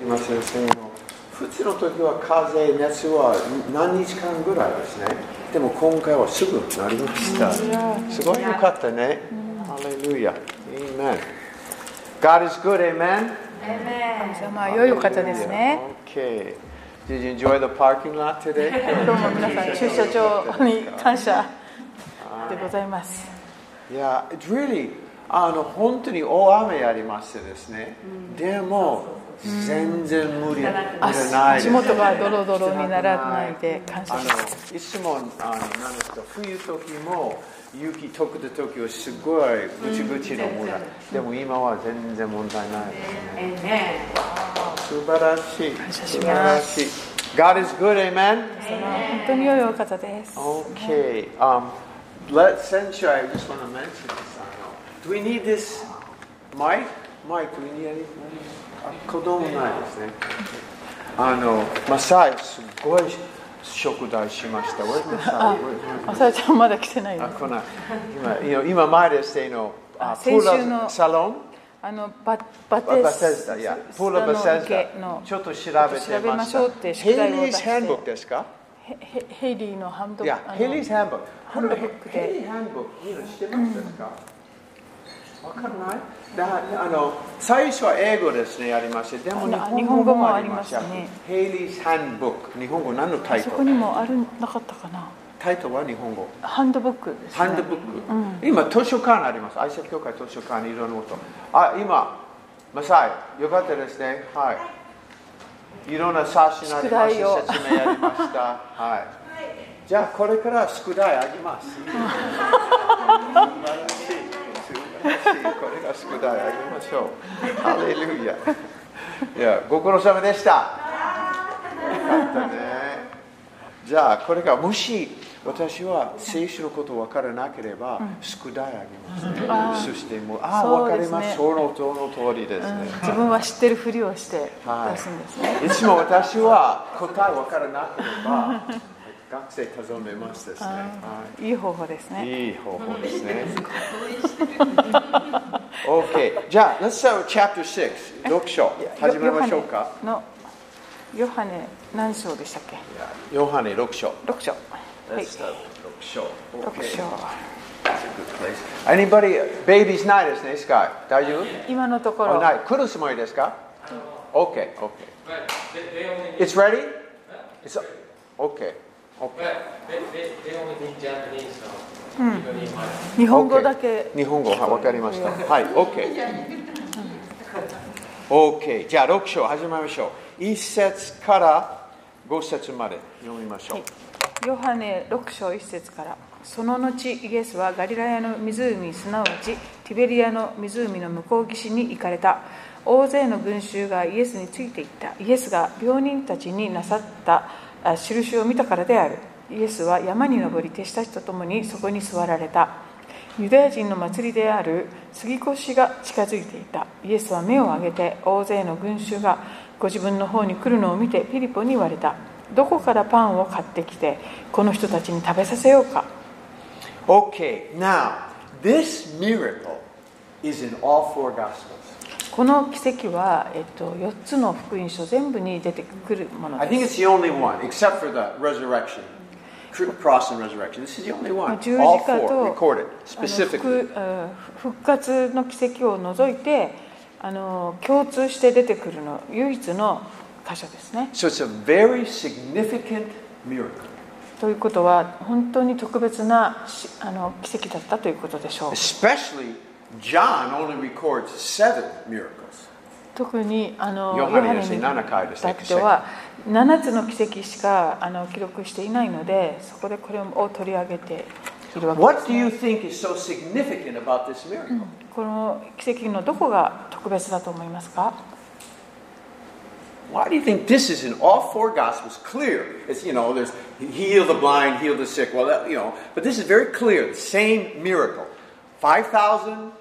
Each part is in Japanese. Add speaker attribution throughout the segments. Speaker 1: 今先生の普通の時は風邪熱は何日間ぐらいですねでも今回はすぐなりましたすごいよかったねハレルヤ Amen God is good, amen?
Speaker 2: まあ良いお方ですね。
Speaker 1: Okay. Did you enjoy the parking lot today?
Speaker 2: どうも皆さん駐車場に感謝でございます。
Speaker 1: Yeah, it's really あの本当に大雨やりましてですね、でも全然無理無理
Speaker 2: あ
Speaker 1: ないです
Speaker 2: 足元がドロドロにならないで感謝
Speaker 1: あ
Speaker 2: します。
Speaker 1: のいつもあのなんですか冬時も雪解くた時はすごいぐちぐちの問題、でも今は全然問題ないですね素晴らしい素
Speaker 2: 謝し
Speaker 1: 晴
Speaker 2: ま
Speaker 1: ら
Speaker 2: す
Speaker 1: しい God is good, amen?
Speaker 2: 本当に良いお方です。
Speaker 1: Okay. Um, let Sensei, I just want to mention this. I know. Do we need this mic? Mike, do we need anything? あ子供ないですね。あの、マサイ、すごい食材しま した。Where's マサイ Where's- where's-
Speaker 2: あさやちゃんまだ来てない
Speaker 1: あ、
Speaker 2: の。
Speaker 1: 来ない。今、you know, 今前でしての、あプ
Speaker 2: 先週の
Speaker 1: ーラサロン
Speaker 2: あのババ
Speaker 1: バ
Speaker 2: テ
Speaker 1: バ
Speaker 2: ス
Speaker 1: セズダ、いや、プーラバセズ
Speaker 2: 下
Speaker 1: ダ
Speaker 2: の。
Speaker 1: ちょっと調べて
Speaker 2: 調べ
Speaker 1: ま
Speaker 2: ま
Speaker 1: し。
Speaker 2: しょうったて
Speaker 1: ヘイ
Speaker 2: 宿題を
Speaker 1: リー
Speaker 2: 出し
Speaker 1: ズ・
Speaker 2: て
Speaker 1: ハンブックですか
Speaker 2: ヘヘヘイリーのハンド
Speaker 1: いや、ヘイリーズハンブック。これ
Speaker 2: ハンドブックで
Speaker 1: ヘイリーズハンブック、みんな知ってますですか、わかんないだあの最初は英語ですね、ありまして、でも
Speaker 2: あ
Speaker 1: 日
Speaker 2: ら
Speaker 1: 本語もあ
Speaker 2: 日本語もあ
Speaker 1: り
Speaker 2: り
Speaker 1: ま
Speaker 2: ますす
Speaker 1: た
Speaker 2: ね。
Speaker 1: ヘイリーズハンブック、日本語何のタイ
Speaker 2: そ
Speaker 1: ト
Speaker 2: こ
Speaker 1: ル
Speaker 2: にもあるなかったかな。
Speaker 1: タイトルは日本語。
Speaker 2: ハンドブックです
Speaker 1: ハ
Speaker 2: ね。
Speaker 1: ンドブック。今、図書館あります。愛着協会図書館にいろんなこと。あ、今、マサイ、よかったですね。はい。いろんな冊子になりまし
Speaker 2: 宿題を
Speaker 1: た。説明やりま した。はい。じゃあ、これから宿題あげ ます。素晴らしい。素晴らしい。これが宿題あげましょ う。ハレルヤ。いや、ご苦労様でした。よかったね。じゃあこれがもし私は聖書のこと分からなければ、宿題あげますね。そしてもうああ、
Speaker 2: そう
Speaker 1: 分か
Speaker 2: で
Speaker 1: り
Speaker 2: すね
Speaker 1: ますそのその通りですね。
Speaker 2: 自分は知ってるふりをして
Speaker 1: はい
Speaker 2: 出すんですね。
Speaker 1: いつも私は答え分からなければ学生尋ねますですね。はい
Speaker 2: いい方法ですね。
Speaker 1: いい方法ですね。OK。じゃあ、Let's start with chapter 6。読書。始めましょうか。
Speaker 2: ヨハネのヨハネ何章でしたっけ？
Speaker 1: ヨハネ6章。
Speaker 2: 六章。はい。
Speaker 1: Let's start with 6章。
Speaker 2: 六
Speaker 1: OK
Speaker 2: 章。
Speaker 1: That's a good place. Anybody, babies ないですね、スカイ。大丈夫
Speaker 2: 今のとこ
Speaker 1: あ
Speaker 2: ろ
Speaker 1: ない。来るつもりですか ?OK、OK。
Speaker 3: But they, they only need,
Speaker 1: It's ready? It's OK。OK
Speaker 3: but they, they, they only need Japanese, so you don't need mine.
Speaker 2: 日本語だけ。
Speaker 1: 日本語、はい、わかりました。はい、OK。OK。じゃあ、6章始めましょう。1節から5節まで読みましょう。
Speaker 2: ヨハネ6章1節からその後イエスはガリラヤの湖すなわちティベリアの湖の向こう岸に行かれた大勢の群衆がイエスについていったイエスが病人たちになさったあ印を見たからであるイエスは山に登り手下たちと共にそこに座られたユダヤ人の祭りである杉越が近づいていたイエスは目を上げて大勢の群衆がご自分の方に来るのを見てピリポに言われたどこからパンを買ってきてこの人たちに食べさせようか
Speaker 1: OK。Now, this miracle is in all four Gospels.
Speaker 2: この奇跡は、えっと、4つの福音書全部に出てくるもの
Speaker 1: I think
Speaker 2: です
Speaker 1: it's the only one, except for the resurrection, cru- cross and resurrection. This is the only
Speaker 2: まあ
Speaker 1: one.
Speaker 2: 十字
Speaker 1: All
Speaker 2: 架
Speaker 1: four
Speaker 2: と
Speaker 1: recorded
Speaker 2: あの
Speaker 1: specifically.
Speaker 2: 復あ復活の奇跡を除いてあの共通して出てくるの唯一の箇所ですね
Speaker 1: So it's a very significant miracle,
Speaker 2: ということは本当に特別なしあの奇跡だったということでしょう
Speaker 1: especially John only records seven miracles.
Speaker 2: 特にあの
Speaker 1: ヨ
Speaker 2: ヨ
Speaker 1: ハ
Speaker 2: ハ
Speaker 1: ネ
Speaker 2: ネ
Speaker 1: ですね
Speaker 2: に
Speaker 1: 7回ですね
Speaker 2: だっては7つの奇跡しかあの記録していないのでそこでこれを取り上げているわけで
Speaker 1: What
Speaker 2: す、
Speaker 1: do
Speaker 2: ね、
Speaker 1: you think is so significant about this miracle?
Speaker 2: この奇跡のどこが特別だと思いますか
Speaker 1: Why do you think this is in all four gospels clear? It's you know, there's heal the blind, heal the sick. Well, that, you know, but this is very clear. The same miracle, five thousand,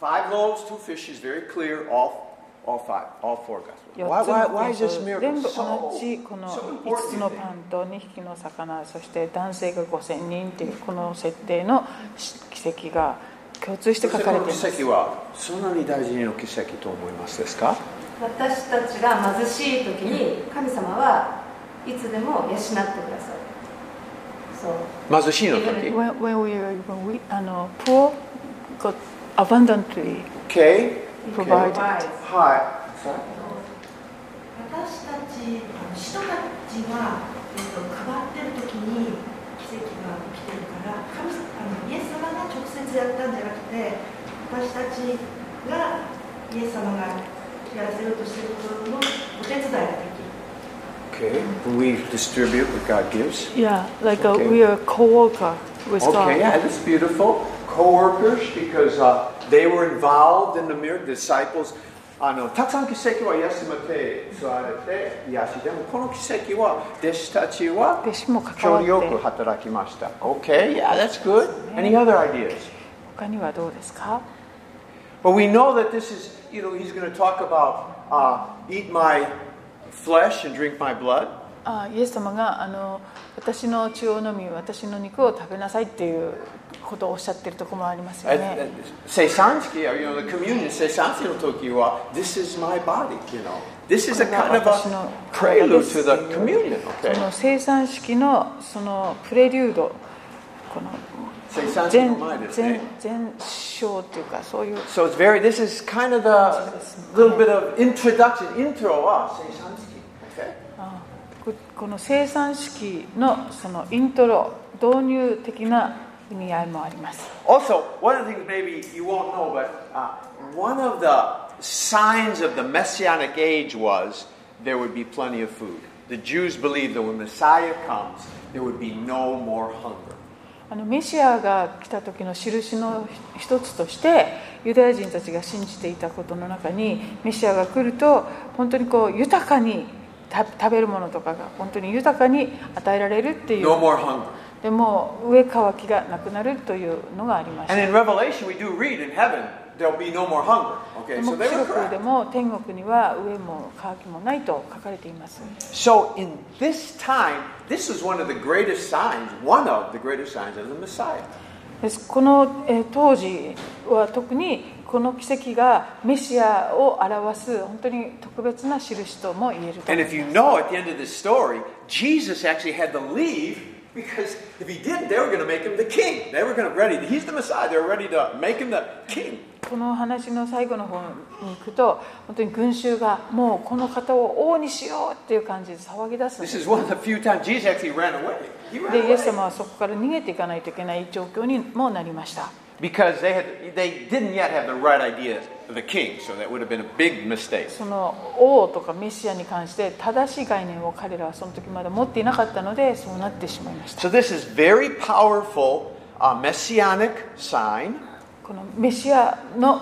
Speaker 1: five loaves, two fishes. Very clear. All, all five, all four gospels.
Speaker 2: 4
Speaker 1: Why,
Speaker 2: つの
Speaker 1: why, why
Speaker 2: パン
Speaker 1: is this
Speaker 2: と全
Speaker 1: miracle
Speaker 2: 部同じ
Speaker 1: so,
Speaker 2: この
Speaker 1: so
Speaker 2: 5つ
Speaker 1: important? do you
Speaker 2: のパンと2匹の魚そして男性が5000人というこの設定の奇跡が共通して書かれています
Speaker 1: think? その奇跡はそんなに大事な奇跡と思いますですか
Speaker 4: 私たちが貧しい時に神様はいつでも養ってくださるそう
Speaker 1: 貧しいの時
Speaker 2: When, when we were when we, あの poor, God abundantly
Speaker 1: Okay?
Speaker 4: He
Speaker 1: Provided.
Speaker 4: provides
Speaker 1: Hi.
Speaker 5: 私たち使徒たちが、えっと、配ってる時に奇跡が起きてるから神様あのイエス様が直接やったんじゃなくて私たちがイエス様がやらせようとしてることのお手伝いができる
Speaker 1: Okay. We distribute what God gives.
Speaker 2: Yeah, like a,
Speaker 1: Okay.
Speaker 2: we are a co-worker with God.
Speaker 1: Okay, yeah, that's beautiful. Co-workers, because uh, they were involved in the mere disciples. Ah, あのたくさん奇跡はイエス様手座れて癒しでもこの奇跡は弟子たちは
Speaker 2: 弟子も関わ
Speaker 1: 協
Speaker 2: っ
Speaker 1: 力
Speaker 2: て
Speaker 1: 働きました Okay, yeah, that's good. Any other ideas?
Speaker 2: 他にはどうですか
Speaker 1: But we know that this is, you know, he's going to talk about uh, eat my flesh and drink my blood.
Speaker 2: あイエス様があの私の血を飲み私の肉を食べなさいっていうことをおっしゃってるところもありますよ
Speaker 1: And,
Speaker 2: ね
Speaker 1: and Seisanski, you know, the communion, Seisanski no toki wa, this is my body, you know. This is a kind of a prelude to the communion,
Speaker 2: そ
Speaker 1: okay?
Speaker 2: の生産式のそのプレリュードこの
Speaker 1: Seisanski
Speaker 2: 前
Speaker 1: no mai です
Speaker 2: 前
Speaker 1: ね
Speaker 2: 前章っていうかそういう
Speaker 1: So it's very, this is kind of the little bit of introduction, intro wa Seisanski, okay?
Speaker 2: あここの生産式のそのイントロ導入的な意味合いもあります
Speaker 1: Also, one of the things maybe you won't know, but uh, one of the signs of the Messianic age was there would be plenty of food. The Jews believed that when Messiah comes, there would be no more hunger.
Speaker 2: あのメシアが来た時の印の一つとしてユダヤ人たちが信じていたことの中にメシアが来ると本当にこう豊かにた食べるものとかが本当に豊かに与えられるっていう
Speaker 1: No more hunger.
Speaker 2: でもう上乾きがなくなるというのがありました
Speaker 1: And in Revelation, we do read in heaven, there'll be no more hunger.
Speaker 2: で
Speaker 1: Okay,
Speaker 2: も
Speaker 1: so
Speaker 2: 記
Speaker 1: they were
Speaker 2: 録で
Speaker 1: correct.
Speaker 2: も天国には上も乾きもないと書かれています
Speaker 1: So in this time, this is one of the greatest signs, one of the greatest signs of the Messiah.
Speaker 2: ですこの、えー当時は特にこの奇跡がメシアを表す本当に特別な印とも言えると
Speaker 1: And if you know at the end of this story, Jesus actually had to leave because if he didn't, they were going to make him the king. They were going to ready. He's the Messiah. They were ready to make him the king.
Speaker 2: この話の最後の方に行くと本当に群衆がもうこの方を王にしようっていう感じで騒ぎ出すんで
Speaker 1: This
Speaker 2: す
Speaker 1: is one of the few times Jesus actually ran away. He ran
Speaker 2: でイエ
Speaker 1: away
Speaker 2: ス様はそこから逃げていかないといけない状況にもなりました
Speaker 1: because they had they didn't yet have the right idea of the king, so that would have been a big mistake.
Speaker 2: その王とかメシアに関して正しい概念を彼らはその時まだ持っていなかったのでそうなってしまいまし
Speaker 1: So
Speaker 2: た
Speaker 1: this is very powerful uh, messianic sign.
Speaker 2: このメシアの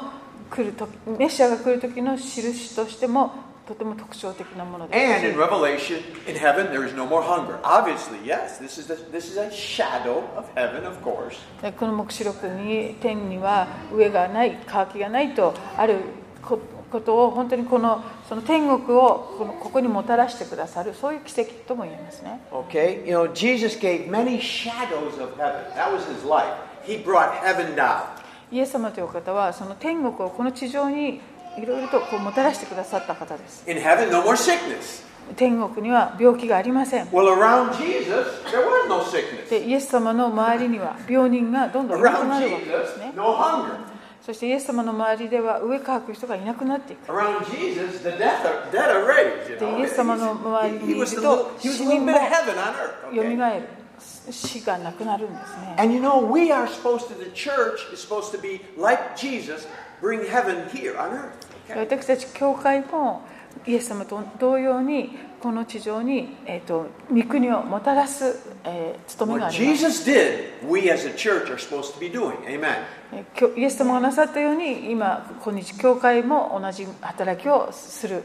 Speaker 2: 来る時メシアが来る時の印としてもとても特徴的なもので
Speaker 1: And
Speaker 2: す
Speaker 1: in Revelation, in heaven, there is no more hunger. Obviously, yes, this is, the, this is a shadow of heaven, of course.
Speaker 2: でこの黙示録に天には上がない渇きがないとあるこことを本当にこのその天国をこのここにもたらしてくださるそういう奇跡とも言えますね
Speaker 1: Okay, you know, Jesus gave many shadows of heaven. That was his life. He brought heaven down.
Speaker 2: イエス様という方はその天国をこの地上にいろいろとこうもたらしてくださった方です
Speaker 1: In heaven, no more sickness.
Speaker 2: 天国には病気がありません
Speaker 1: Well, around Jesus, there was no sickness.
Speaker 2: でイエス様の周りには病人がどんどんいなくな
Speaker 1: Around
Speaker 2: るわけです
Speaker 1: Jesus,
Speaker 2: ね
Speaker 1: no hunger.
Speaker 2: そしてイエス様の周りでは上乾く人がいなくなっていく。
Speaker 1: Around Jesus, the death are, dead are raised. You
Speaker 2: で
Speaker 1: know?
Speaker 2: イエス様の周り
Speaker 1: He, he
Speaker 2: にいる
Speaker 1: was a
Speaker 2: と
Speaker 1: little, he was
Speaker 2: 死
Speaker 1: a
Speaker 2: に
Speaker 1: little
Speaker 2: も
Speaker 1: bit of heaven on earth.
Speaker 2: よみ
Speaker 1: Okay?
Speaker 2: がえる死がなくなるんですね。
Speaker 1: And you know, we are supposed to, the church is supposed to be like Jesus, bring heaven here on earth. Okay?
Speaker 2: 私たち教会もイエス様と同様にこの地上に、えー、と御国をもたらす、えー務めがあ
Speaker 1: What
Speaker 2: ります
Speaker 1: Jesus did, we as a church are supposed to be doing. Amen.
Speaker 2: えーきょイエス様がなさったように今今日教会も同じ働きをする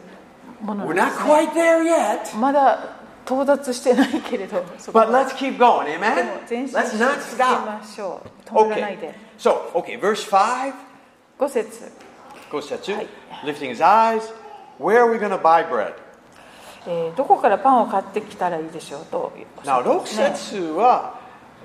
Speaker 2: もの
Speaker 1: We're
Speaker 2: なん
Speaker 1: not
Speaker 2: です、ね、
Speaker 1: quite there yet,
Speaker 2: まだ到達してないけれどそこ
Speaker 1: but let's keep going.
Speaker 2: でも
Speaker 1: Amen.
Speaker 2: 前進
Speaker 1: Let's
Speaker 2: し
Speaker 1: not
Speaker 2: 続け
Speaker 1: stop.
Speaker 2: ましょう止まらないで。
Speaker 1: Okay. So, okay, verse 5,
Speaker 2: 5節、
Speaker 1: Kosetsu,
Speaker 2: Hi.
Speaker 1: lifting his eyes, where are we going to buy bread?
Speaker 2: えーどこからパンを買ってきたらいいでしょうということですね
Speaker 1: Now, 6節は、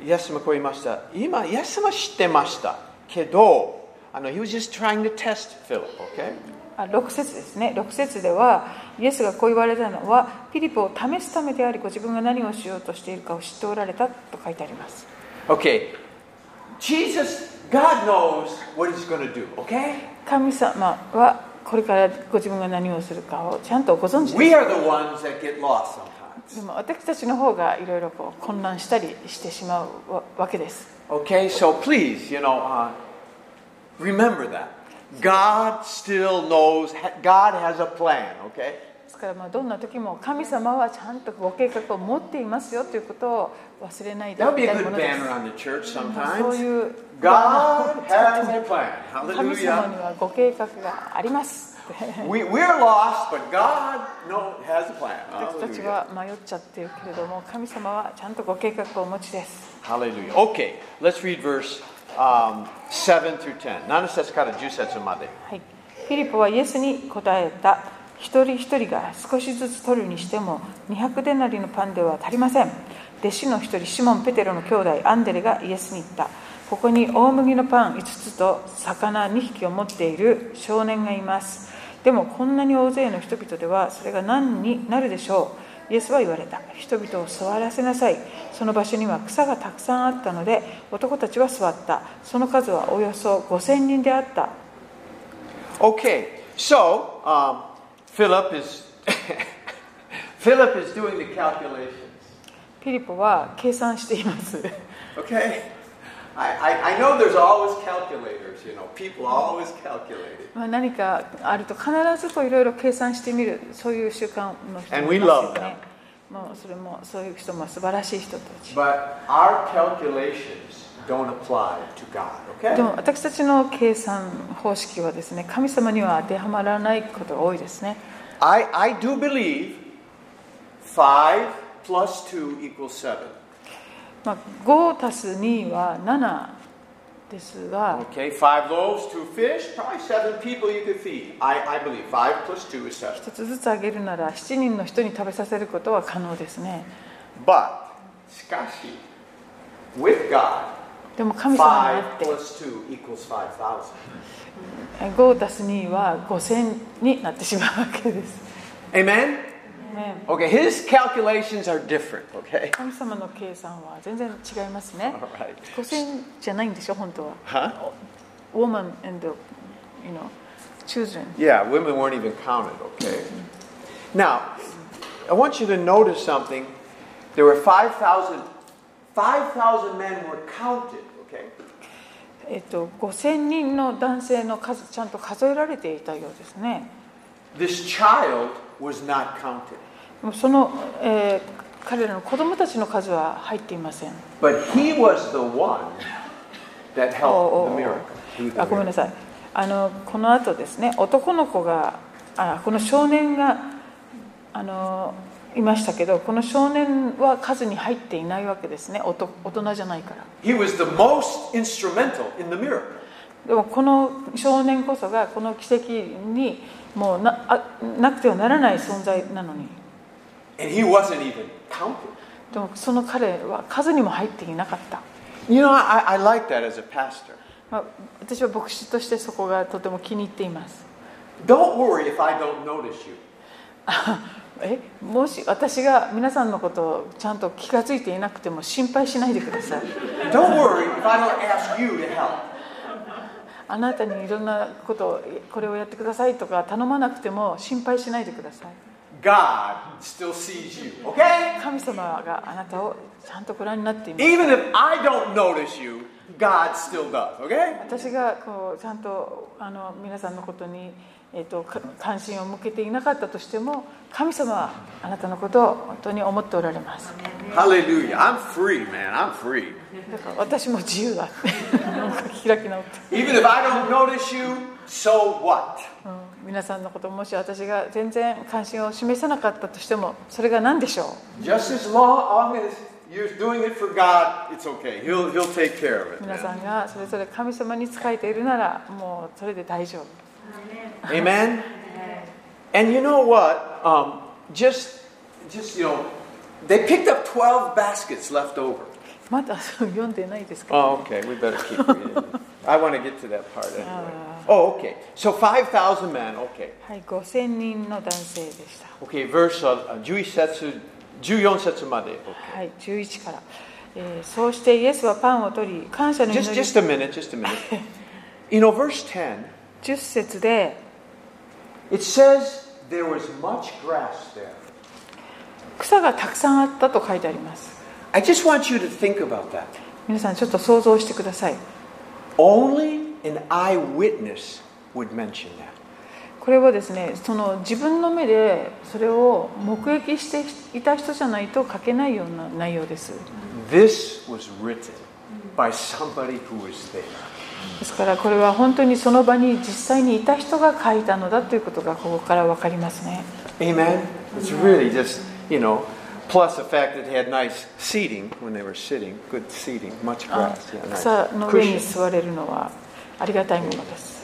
Speaker 1: イエス様こう言いました。今、イエス様知ってました。けど、あの、he was just trying to test Philip, okay?
Speaker 2: あ6節ですね6節ではイエスがこう言われたのはピリポを試すためでありご自分が何をしようとしているかを知っておられたと書いてあります
Speaker 1: Okay, Jesus, God knows what he's going to do, okay?
Speaker 2: 神様はこれからご自分が何をするかをちゃんとご存知で
Speaker 1: We are the ones that get lost sometimes.
Speaker 2: すでも私たちの方がいろいろこう混乱したりしてしまうわわけです
Speaker 1: Okay, so please, you know, uh, remember that. God still knows, ha- God has a plan, okay?
Speaker 2: ですからまあどんな時も神様はちゃんとご計画を持っていますよということを忘れないで
Speaker 1: That would be
Speaker 2: いた
Speaker 1: a
Speaker 2: いも
Speaker 1: good
Speaker 2: のです
Speaker 1: banner on the church
Speaker 2: そう
Speaker 1: sometimes.
Speaker 2: いう
Speaker 1: God has a plan.
Speaker 2: 神様
Speaker 1: Hallelujah.
Speaker 2: にはご計画があります
Speaker 1: We, we're lost, but God know, has a plan.
Speaker 2: 私たち
Speaker 1: Hallelujah.
Speaker 2: は迷っちゃってるけれども神様はちゃんとご計画をお持ちです
Speaker 1: Hallelujah. Okay, let's read verse um, 7 through 10. 7節から10節まで。
Speaker 2: はい、フィリポはイエスに答えた一人一人が少しずつ取るにしても200デナリのパンでは足りません弟子の一人シモン・ペテロの兄弟アンデレがイエスに言ったここに大麦のパン5つと魚2匹を持っている少年がいますでもこんなに大勢の人々ではそれが何になるでしょうイエスは言われた人々を座らせなさいその場所には草がたくさんあったので男たちは座ったその数はおよそ5000人であった
Speaker 1: Okay, so um, Philip is Philip is doing the calculations.
Speaker 2: ピリポは計算しています。
Speaker 1: Okay, I, I, I know there's always calculators. You know, people always calculate it.
Speaker 2: まあ何かあると必ずこういろいろ計算してみるそういう習慣の人
Speaker 1: And
Speaker 2: も
Speaker 1: we
Speaker 2: いますよ
Speaker 1: love
Speaker 2: ね。もうそれもそういう人も素晴らしい人たち。
Speaker 1: But our calculations don't apply to God. Okay.
Speaker 2: でも私たちの計算方式はですね神様には当てはまらないことが多いですね。
Speaker 1: I I do believe five plus two equals seven.
Speaker 2: まあ、5たす2は7ですが、
Speaker 1: Okay, five loaves, two fish, probably seven people you could feed. I, I believe five plus two is seven.
Speaker 2: 1つずつあげるなら7人の人に食べさせることは可能ですね。
Speaker 1: But, しかし, with God,
Speaker 2: でも神様にあ
Speaker 1: five
Speaker 2: って
Speaker 1: plus two equals five thousand.
Speaker 2: 5たす2は5000になってしまうわけです。
Speaker 1: Amen?
Speaker 2: ね
Speaker 1: Okay, his calculations are different, okay?
Speaker 2: 神様の計算は全然違いますね
Speaker 1: All。right.
Speaker 2: 5000じゃないんでしょ、本当は。
Speaker 1: Huh?
Speaker 2: woman and, you know, children.
Speaker 1: Yeah, women weren't even counted, okay? Now, I want you to notice something. There were 5,000 5,000 men were counted, okay?
Speaker 2: えっと、5000人の男性の数、ちゃんと数えられていたようですね。
Speaker 1: This child was not counted.
Speaker 2: でもその、えー彼らの子供たちの数は入っていません。
Speaker 1: But he was the one that helped
Speaker 2: おうおう
Speaker 1: the
Speaker 2: おう
Speaker 1: miracle. do the
Speaker 2: あごめ
Speaker 1: miracle.
Speaker 2: んなさいあのこの後ですね男の子があこの少年があのいましたけどこの少年は数に入っていないわけですねおと大人じゃないから
Speaker 1: He was the most instrumental in the miracle.
Speaker 2: でもこの少年こそがこの奇跡にもうなあなくてはならない存在なのに
Speaker 1: And he wasn't even counted.
Speaker 2: でもその彼は数にも入っていなかった、
Speaker 1: You know, I, I like that as a pastor.
Speaker 2: まあ、私は牧師としてそこがとても気に入っています
Speaker 1: Don't worry if I don't notice you.
Speaker 2: えもし私が皆さんのことをちゃんと気が付いていなくても心配しないでください
Speaker 1: Don't worry if I don't ask you to help.
Speaker 2: あなたにいろんなことをこれをやってくださいとか頼まなくても心配しないでください
Speaker 1: God still sees you, okay?
Speaker 2: 神様があなたをちゃんとご覧になっています
Speaker 1: Even if I don't notice you, God still does, okay?
Speaker 2: 私がこうちゃんとあの皆さんのことに、えー、とか関心を向けていなかったとしても神様はあなたのことを本当に思っておられます
Speaker 1: Hallelujah. I'm free, man. I'm free.
Speaker 2: だから私も自由だって なんか開き直って
Speaker 1: Even if I don't notice you, so what?
Speaker 2: うん皆さんのこともし私が全然関心を示さなかったとしてもそれが何でしょ
Speaker 1: Just as long as you're doing it for God, it's okay. He'll, he'll take care of
Speaker 2: う
Speaker 1: it.
Speaker 2: 皆
Speaker 1: man.
Speaker 2: さんがそれぞれ神様に仕えているならもうそれで大丈夫
Speaker 1: Amen? And you know what? Um, just, just, you know, they picked up 12 baskets left over.
Speaker 2: まだそう読んでないですか
Speaker 1: Oh, okay. We better keep reading. I want to get to that part anyway.
Speaker 2: Ah.
Speaker 1: oh, okay. So 5,000 men, okay.
Speaker 2: はい、5000人の男性でした。
Speaker 1: Okay, verse uh, 11節14節まで。Okay.
Speaker 2: はい、11から、えーそうしてイエスはパンを取り、感謝の祈
Speaker 1: Just,
Speaker 2: り
Speaker 1: just a minute, just a minute. You know, verse 10,
Speaker 2: 10節で、
Speaker 1: it says there was much grass there.
Speaker 2: 草がたくさんあったと書いてあります。
Speaker 1: I just want you to think about that.
Speaker 2: 皆さん、ちょっと想像してください。
Speaker 1: Only an eyewitness would mention that.
Speaker 2: これはですね、その自分の目でそれを目撃していた人じゃないと書けないような内容です。
Speaker 1: This was written by somebody who was there.
Speaker 2: ですから、これは本当にその場に実際にいた人が書いたのだということがここから分かりますね。
Speaker 1: Amen? It's really just, you know, plus the fact that it had nice seating when they were sitting, good seating, much
Speaker 2: あ
Speaker 1: grass. Yeah,
Speaker 2: 草
Speaker 1: nice.
Speaker 2: の上に
Speaker 1: Cushion.
Speaker 2: 座れるのはありがたいものです。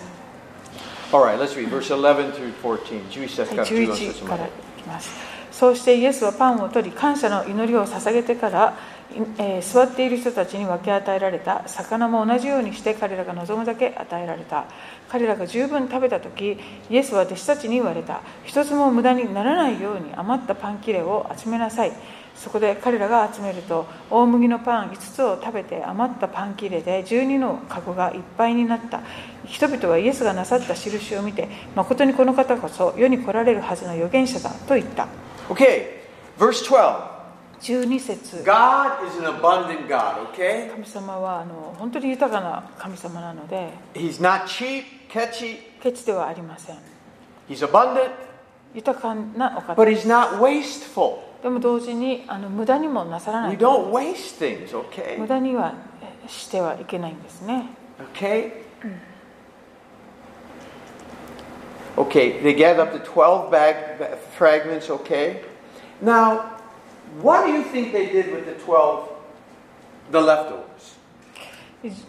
Speaker 1: All right, let's read verse 11 through 14. 11節から14
Speaker 2: 11
Speaker 1: 節
Speaker 2: か
Speaker 1: ま
Speaker 2: らい
Speaker 1: で
Speaker 2: きますそうしてイエスはパンを取り感謝の祈りを捧げてから、いえー座っている人たちに分け与えられた魚も同じようにして彼らが望むだけ与えられた彼らが十分食べた時イエスは弟子たちに言われた一つも無駄にならないように余ったパン切れを集めなさいそこで彼らが集めると大麦のパン5つを食べて余ったパン切れで12のカゴがいっぱいになった人々はイエスがなさった印を見て誠にこの方こそ世に来られるはずの預言者だと言った
Speaker 1: Okay, verse 12.
Speaker 2: 12節
Speaker 1: God is an abundant God, okay?
Speaker 2: 神様はあの本当に豊かな神様なので
Speaker 1: He's not cheap, catchy,
Speaker 2: ケチではありません
Speaker 1: he's abundant,
Speaker 2: 豊かなお方
Speaker 1: but he's not wasteful.
Speaker 2: でも同時にあの無駄にもなさらな
Speaker 1: We
Speaker 2: い
Speaker 1: don't waste things, okay?
Speaker 2: 無駄にはえしてはいけないんですね
Speaker 1: Okay? Okay, they gathered up the 12 bag, ba- fragments, okay? Now, what do you think they did with the 12, the leftovers?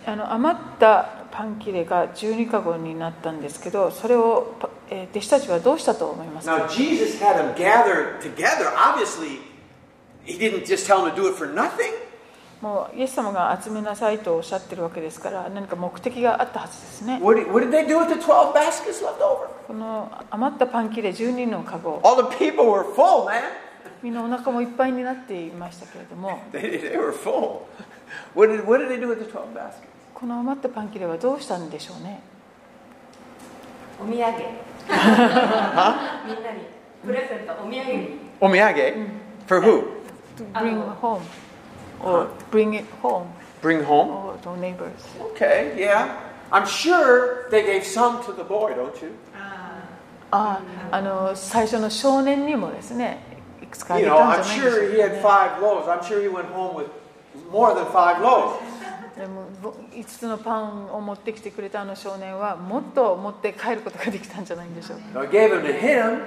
Speaker 2: あの余ったパン切れが12カゴになったんですけどそれをパ、えー弟子たちはどうしたと思いますか
Speaker 1: Now, Jesus had them gathered together. Obviously, he didn't just tell them to do it for nothing.
Speaker 2: もうイエス様が集めなさいとおっしゃってるわけですから何か目的があったはずですね
Speaker 1: What did, what did they do with the 12 baskets left over?
Speaker 2: この余ったパン切れ12のカゴ
Speaker 1: All the people were full, man.
Speaker 2: みんなお腹もいっぱいになっていましたけれども
Speaker 1: They, they were full. What did, what did they do with the 12 baskets?
Speaker 2: この余ったパン切れはどうしたんでしょうね
Speaker 4: お土産みんなにプレゼントお土産に
Speaker 1: Omiyage? For who?
Speaker 2: To
Speaker 4: あの
Speaker 2: bring home or bring it home
Speaker 1: Bring home?
Speaker 2: or to neighbors
Speaker 1: Okay, yeah. I'm sure they gave some to the boy, don't you?
Speaker 2: ああの最初の少年にもですねいくつかあ
Speaker 1: You
Speaker 2: げ
Speaker 1: know,
Speaker 2: た
Speaker 1: I'm
Speaker 2: んじゃないでしょ
Speaker 1: sure
Speaker 2: う
Speaker 1: he
Speaker 2: か、
Speaker 1: had
Speaker 2: ね
Speaker 1: five loaves. I'm sure he went home with more than five loaves.
Speaker 2: でも5つのパンを持ってきてくれたあの少年はもっと持って帰ることができたんじゃないんでしょうか
Speaker 1: You know, I gave him to him,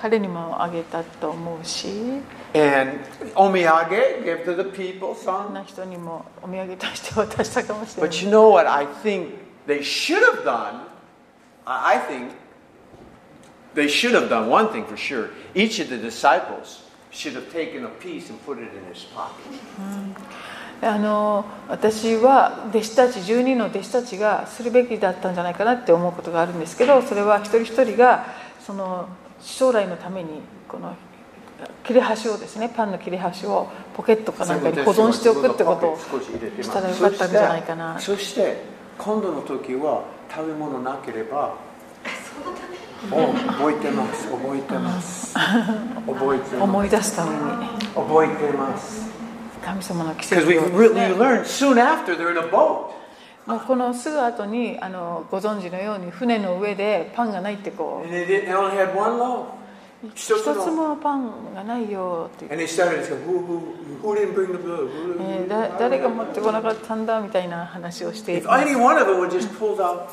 Speaker 2: 彼にもあげたと思うし
Speaker 1: and omiyage, give to the people
Speaker 2: こん
Speaker 1: some.
Speaker 2: な人にもお土産として渡したかもしれな
Speaker 1: But
Speaker 2: い
Speaker 1: you know what I think they should have done? I I think they should have done one thing for sure. Each of the disciples should have taken a piece and put it in his pocket.
Speaker 2: あの私は弟子たち12人の弟子たちがするべきだったんじゃないかなって思うことがあるんですけどそれは一人一人がその将来のためにこの切れ端をですねパンの切れ端をポケットかなんかに保存しておくってことをしたらよかったんじゃないかな
Speaker 1: そして今度の時は食べ物なければお覚えてます覚えてます覚えてま
Speaker 2: 思
Speaker 1: す
Speaker 2: い出すために
Speaker 1: 覚えてます
Speaker 2: 神様の奇跡
Speaker 1: Because we
Speaker 2: を、
Speaker 1: really
Speaker 2: ね、
Speaker 1: learned soon after they're in a boat.
Speaker 2: もうこのすぐ後にあのご存知のように船の上でパンがないってこ
Speaker 1: And they, didn't, they only had one loaf.
Speaker 2: う一
Speaker 1: 一つの
Speaker 2: つもパンがないよって言って
Speaker 1: And they started to say, who, who, who didn't bring the blood? Who, who,
Speaker 2: えーだ誰が持ってこなかったんだみたいな話をしてい
Speaker 1: If
Speaker 2: ます
Speaker 1: any one of them would just pulled out,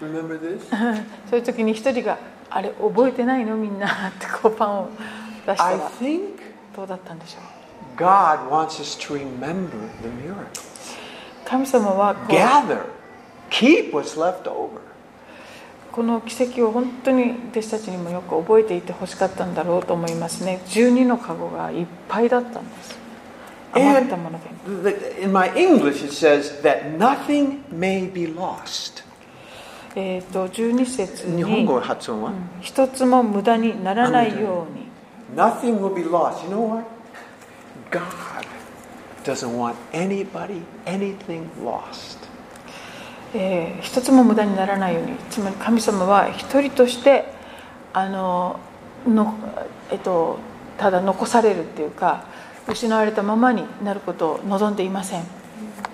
Speaker 1: remember this?
Speaker 2: そういう時に一人が「あれ覚えてないのみんな」ってこうパンを出した
Speaker 1: I
Speaker 2: ら
Speaker 1: think
Speaker 2: どうだったんでしょう
Speaker 1: God wants us to remember the miracle.
Speaker 2: 神様はこう
Speaker 1: gather, keep what's left over.
Speaker 2: この奇跡を本当に弟子たちにもよく覚えていてほしかったんだろうと思いますね12のカゴがいっぱいだったんです余ったもので
Speaker 1: The- In my English, it says that nothing may be lost.
Speaker 2: えっと12節
Speaker 1: 日
Speaker 2: に
Speaker 1: 本語は発音は、
Speaker 2: 一つも無駄にならないように
Speaker 1: Nothing will be lost. You know what? God doesn't want anybody, anything lost.
Speaker 2: えー一つも無駄にならないようにつまり神様は一人としてあのの、えっと、ただ残されるっていうか失われたままになることを望んでいません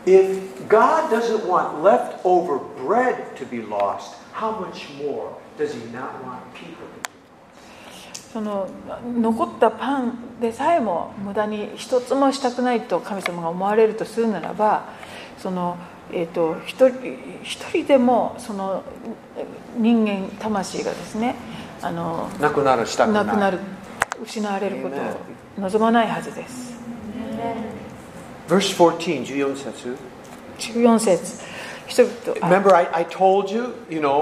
Speaker 1: If God doesn't want leftover bread to be lost, how much more does He not want people to
Speaker 2: その残ったパンでさえも無駄に一つもしたくないと神様が思われるとするならばその、えー、と一人一人でもその人間魂がですねあの
Speaker 1: なくなるしたくな
Speaker 2: ないくなる失われることを望まないはずです。
Speaker 1: Verse 14, 14節
Speaker 2: 14節人々あ
Speaker 1: Remember, I, I told you, you know,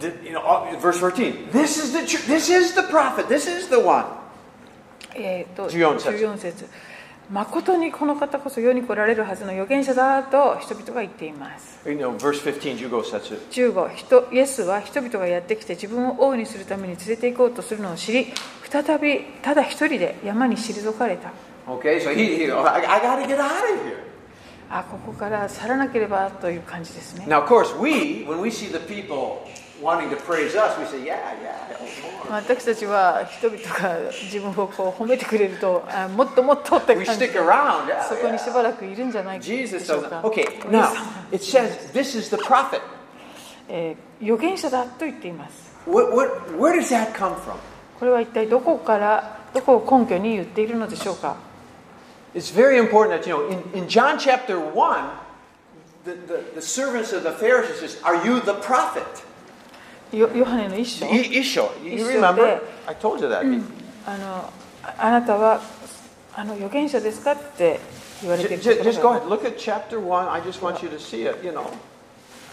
Speaker 1: th- you know, uh, verse 14. This is the tr- this is the prophet. This is the one.
Speaker 2: えーと
Speaker 1: 14節
Speaker 2: 14節誠にこの方こそ世に来られるはずの預言者だと人々が言っています
Speaker 1: You know, verse 15, 15節。
Speaker 2: 15人イエスは人々がやってきて自分を王にするために連れて行こうとするのを知り再びただ一人で山に退かれた
Speaker 1: Okay, so he, he I, I got to get out of here.
Speaker 2: あここから去らなければという感じですね
Speaker 1: Now, of course, we when we see the people wanting to praise us, we say, yeah, yeah, oh, more.
Speaker 2: 私たちは人々が自分をこう褒めてくれるとあもっともっとって感
Speaker 1: We
Speaker 2: じ
Speaker 1: stick around.
Speaker 2: そこ
Speaker 1: Yeah,
Speaker 2: にし
Speaker 1: yeah.
Speaker 2: ばらくいるんじゃないでし
Speaker 1: Jesus
Speaker 2: ょう
Speaker 1: doesn't.
Speaker 2: か
Speaker 1: Okay, now it says this is the prophet.
Speaker 2: えー預言者だと言っています
Speaker 1: What, what, where does that come from?
Speaker 2: これは一体どこからどこを根拠に言っているのでしょうか
Speaker 1: It's very important that, you know, in, in John chapter 1, the, the, the servants of the Pharisees says, Are you the prophet?
Speaker 2: ヨヨハネの一章
Speaker 1: I- Isho, you, you
Speaker 2: Isho
Speaker 1: remember?
Speaker 2: de-
Speaker 1: I told you that.
Speaker 2: Mm. あのああなたはあの預言者ですかって言われ
Speaker 1: Ju-
Speaker 2: て
Speaker 1: ju-
Speaker 2: る
Speaker 1: Just,
Speaker 2: と
Speaker 1: go
Speaker 2: ころ
Speaker 1: ahead,
Speaker 2: が
Speaker 1: look at chapter 1. I just want you to see it, you know.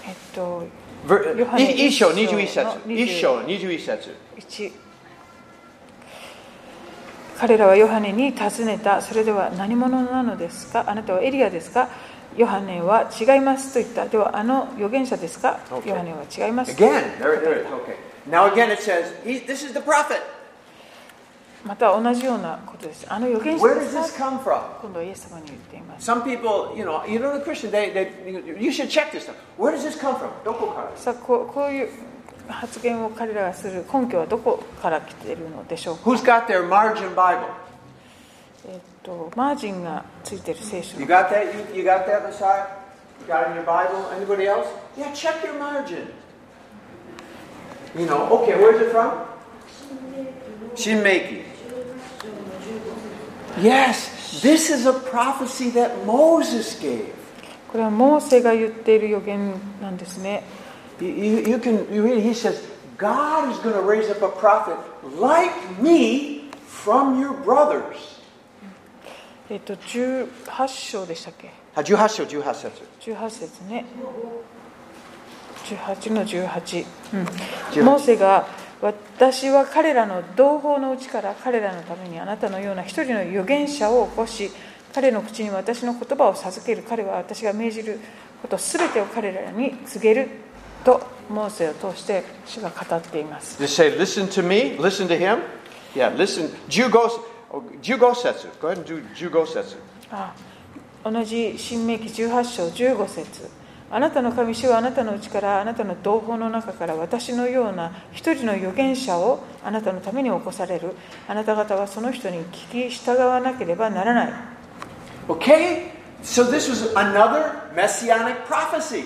Speaker 2: えっと
Speaker 1: Ver,
Speaker 2: Yohane
Speaker 1: I- Isho,
Speaker 2: Isho
Speaker 1: nijuisetsu.
Speaker 2: no, 20
Speaker 1: Isho, nijuisetsu.
Speaker 2: 1彼らはヨハネに尋ねたそれでは何者なのですかあなたはエリアですかヨハネは違いますと言ったではあの預言者ですか、
Speaker 1: Okay.
Speaker 2: ヨハネは違います
Speaker 1: Again, there, there it is. Okay. Now again it says, he, This is the prophet.
Speaker 2: また同じようなことですあの預言者
Speaker 1: Where
Speaker 2: で
Speaker 1: does
Speaker 2: す
Speaker 1: this
Speaker 2: か
Speaker 1: come from?
Speaker 2: 今度はイエス様に言っています
Speaker 1: Some people, you know, you know, the Christian, they, they, you- you should check this stuff. Where does this come from? Doko kara?
Speaker 2: さあこうこういう発言を彼らがする根拠はどこから来ているのでしょうか
Speaker 1: Who's got their margin Bible?
Speaker 2: えっと、マージンがついてる聖書
Speaker 1: You got that? You, you got that, Messiah? You got it in your Bible? Anybody else? Yeah, check your margin. You know, okay, where's it from? Shinmeki. Yes, this is a prophecy that Moses gave.
Speaker 2: これはモーセが言っている予言なんですね
Speaker 1: You, you, you can you read, he says, God is going to raise up a prophet like me from your brothers.
Speaker 2: えっと18章でしたっけ
Speaker 1: 18章、18節。
Speaker 2: 18節ね18の18、う
Speaker 1: 18
Speaker 2: ん、モーセが私は彼らの同胞のうちから彼らのためにあなたのような一人の預言者を起こし彼の口に私の言葉を授ける彼は私が命じることすべてを彼らに告げるとモーセを通して主が語っています
Speaker 1: Just say, listen to me, listen to him. Yeah, listen. Jugos, oh, jugosetsu. Go ahead and do jugosetsu.
Speaker 2: あ同じ新明記18章15節あなたの神主はあなたのうちからあなたの同胞の中から私のような一人の預言者をあなたのために起こされるあなた方はその人に聞き従わなければならない
Speaker 1: Okay? So this was another messianic prophecy.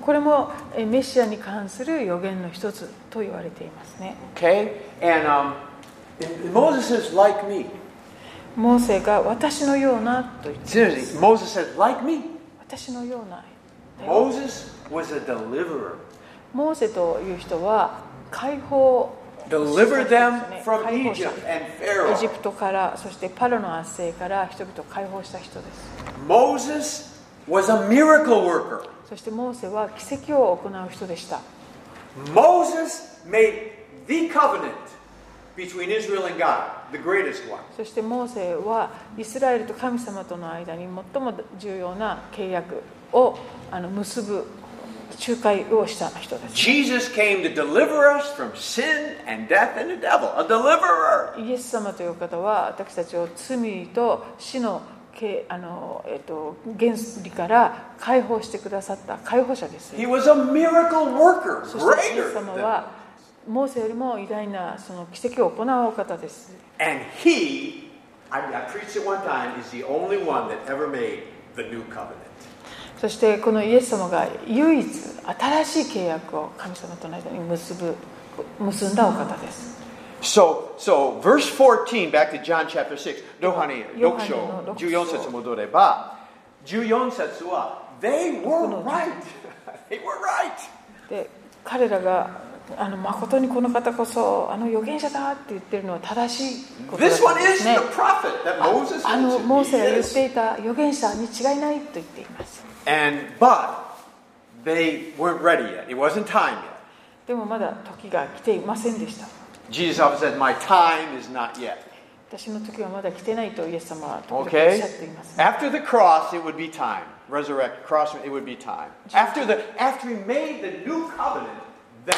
Speaker 2: これもえメシアに関する予言の一つと言われていますね
Speaker 1: Okay? And um, and Moses says, like me.
Speaker 2: モーセが私のようなと言って
Speaker 1: Seriously, Moses said, like me.
Speaker 2: 私のような
Speaker 1: Moses was a deliverer.
Speaker 2: モーセという人は解放
Speaker 1: Deliver them
Speaker 2: 解
Speaker 1: from
Speaker 2: 放
Speaker 1: Egypt
Speaker 2: 者
Speaker 1: and
Speaker 2: エジ
Speaker 1: Pharaoh.
Speaker 2: プトからそしてパロの圧政から人々を解放した人です
Speaker 1: Moses was a miracle worker.
Speaker 2: そしてモーセは奇跡を行う人でした
Speaker 1: Moses made the covenant. between Israel and God, the greatest one.
Speaker 2: そしてモーセはイスラエルと神様との間に最も重要な契約をあの結ぶ仲介をした人です
Speaker 1: Jesus came to deliver us from sin and death and the devil, a deliverer.
Speaker 2: イエス様という方は私たちを罪と死のけあの、えっと、原理から解放してくださった解放者です
Speaker 1: He was a miracle worker,
Speaker 2: そしてイエ
Speaker 1: greater
Speaker 2: ス様
Speaker 1: than.
Speaker 2: はモーセよりも偉大なその奇跡を行うお方です
Speaker 1: And he, I, I preached it one time, is the only one that ever made the new covenant.
Speaker 2: そしてこのイエス様が唯一新しい契約を神様との間に結ぶ結んだお方です
Speaker 1: So, so verse 14, back to John chapter 6,
Speaker 2: ヨハネの六章。
Speaker 1: ロハネの読書、14節戻れば、14節は、they were
Speaker 2: 六の十。
Speaker 1: right. they were right.
Speaker 2: で彼らがあの誠にこの方こそあの預言者だって言ってるのは正しいことだっ
Speaker 1: This
Speaker 2: たん
Speaker 1: one
Speaker 2: で
Speaker 1: is
Speaker 2: すね
Speaker 1: the prophet that
Speaker 2: あ
Speaker 1: Moses
Speaker 2: あのモー
Speaker 1: mentioned.
Speaker 2: セ
Speaker 1: He
Speaker 2: が
Speaker 1: is.
Speaker 2: 言っていた預言者に違いないと言っています
Speaker 1: And but they weren't ready yet. It wasn't time yet.
Speaker 2: でもまだ時が来ていませんでした
Speaker 1: Jesus often says, "My time is not yet."
Speaker 2: 私の時はまだ来てないとイエス様は時々おっし
Speaker 1: Okay.
Speaker 2: ゃっています、
Speaker 1: After the cross, it would be time. Resurrect cross, it would be time. After the after he made the new covenant, that would be time.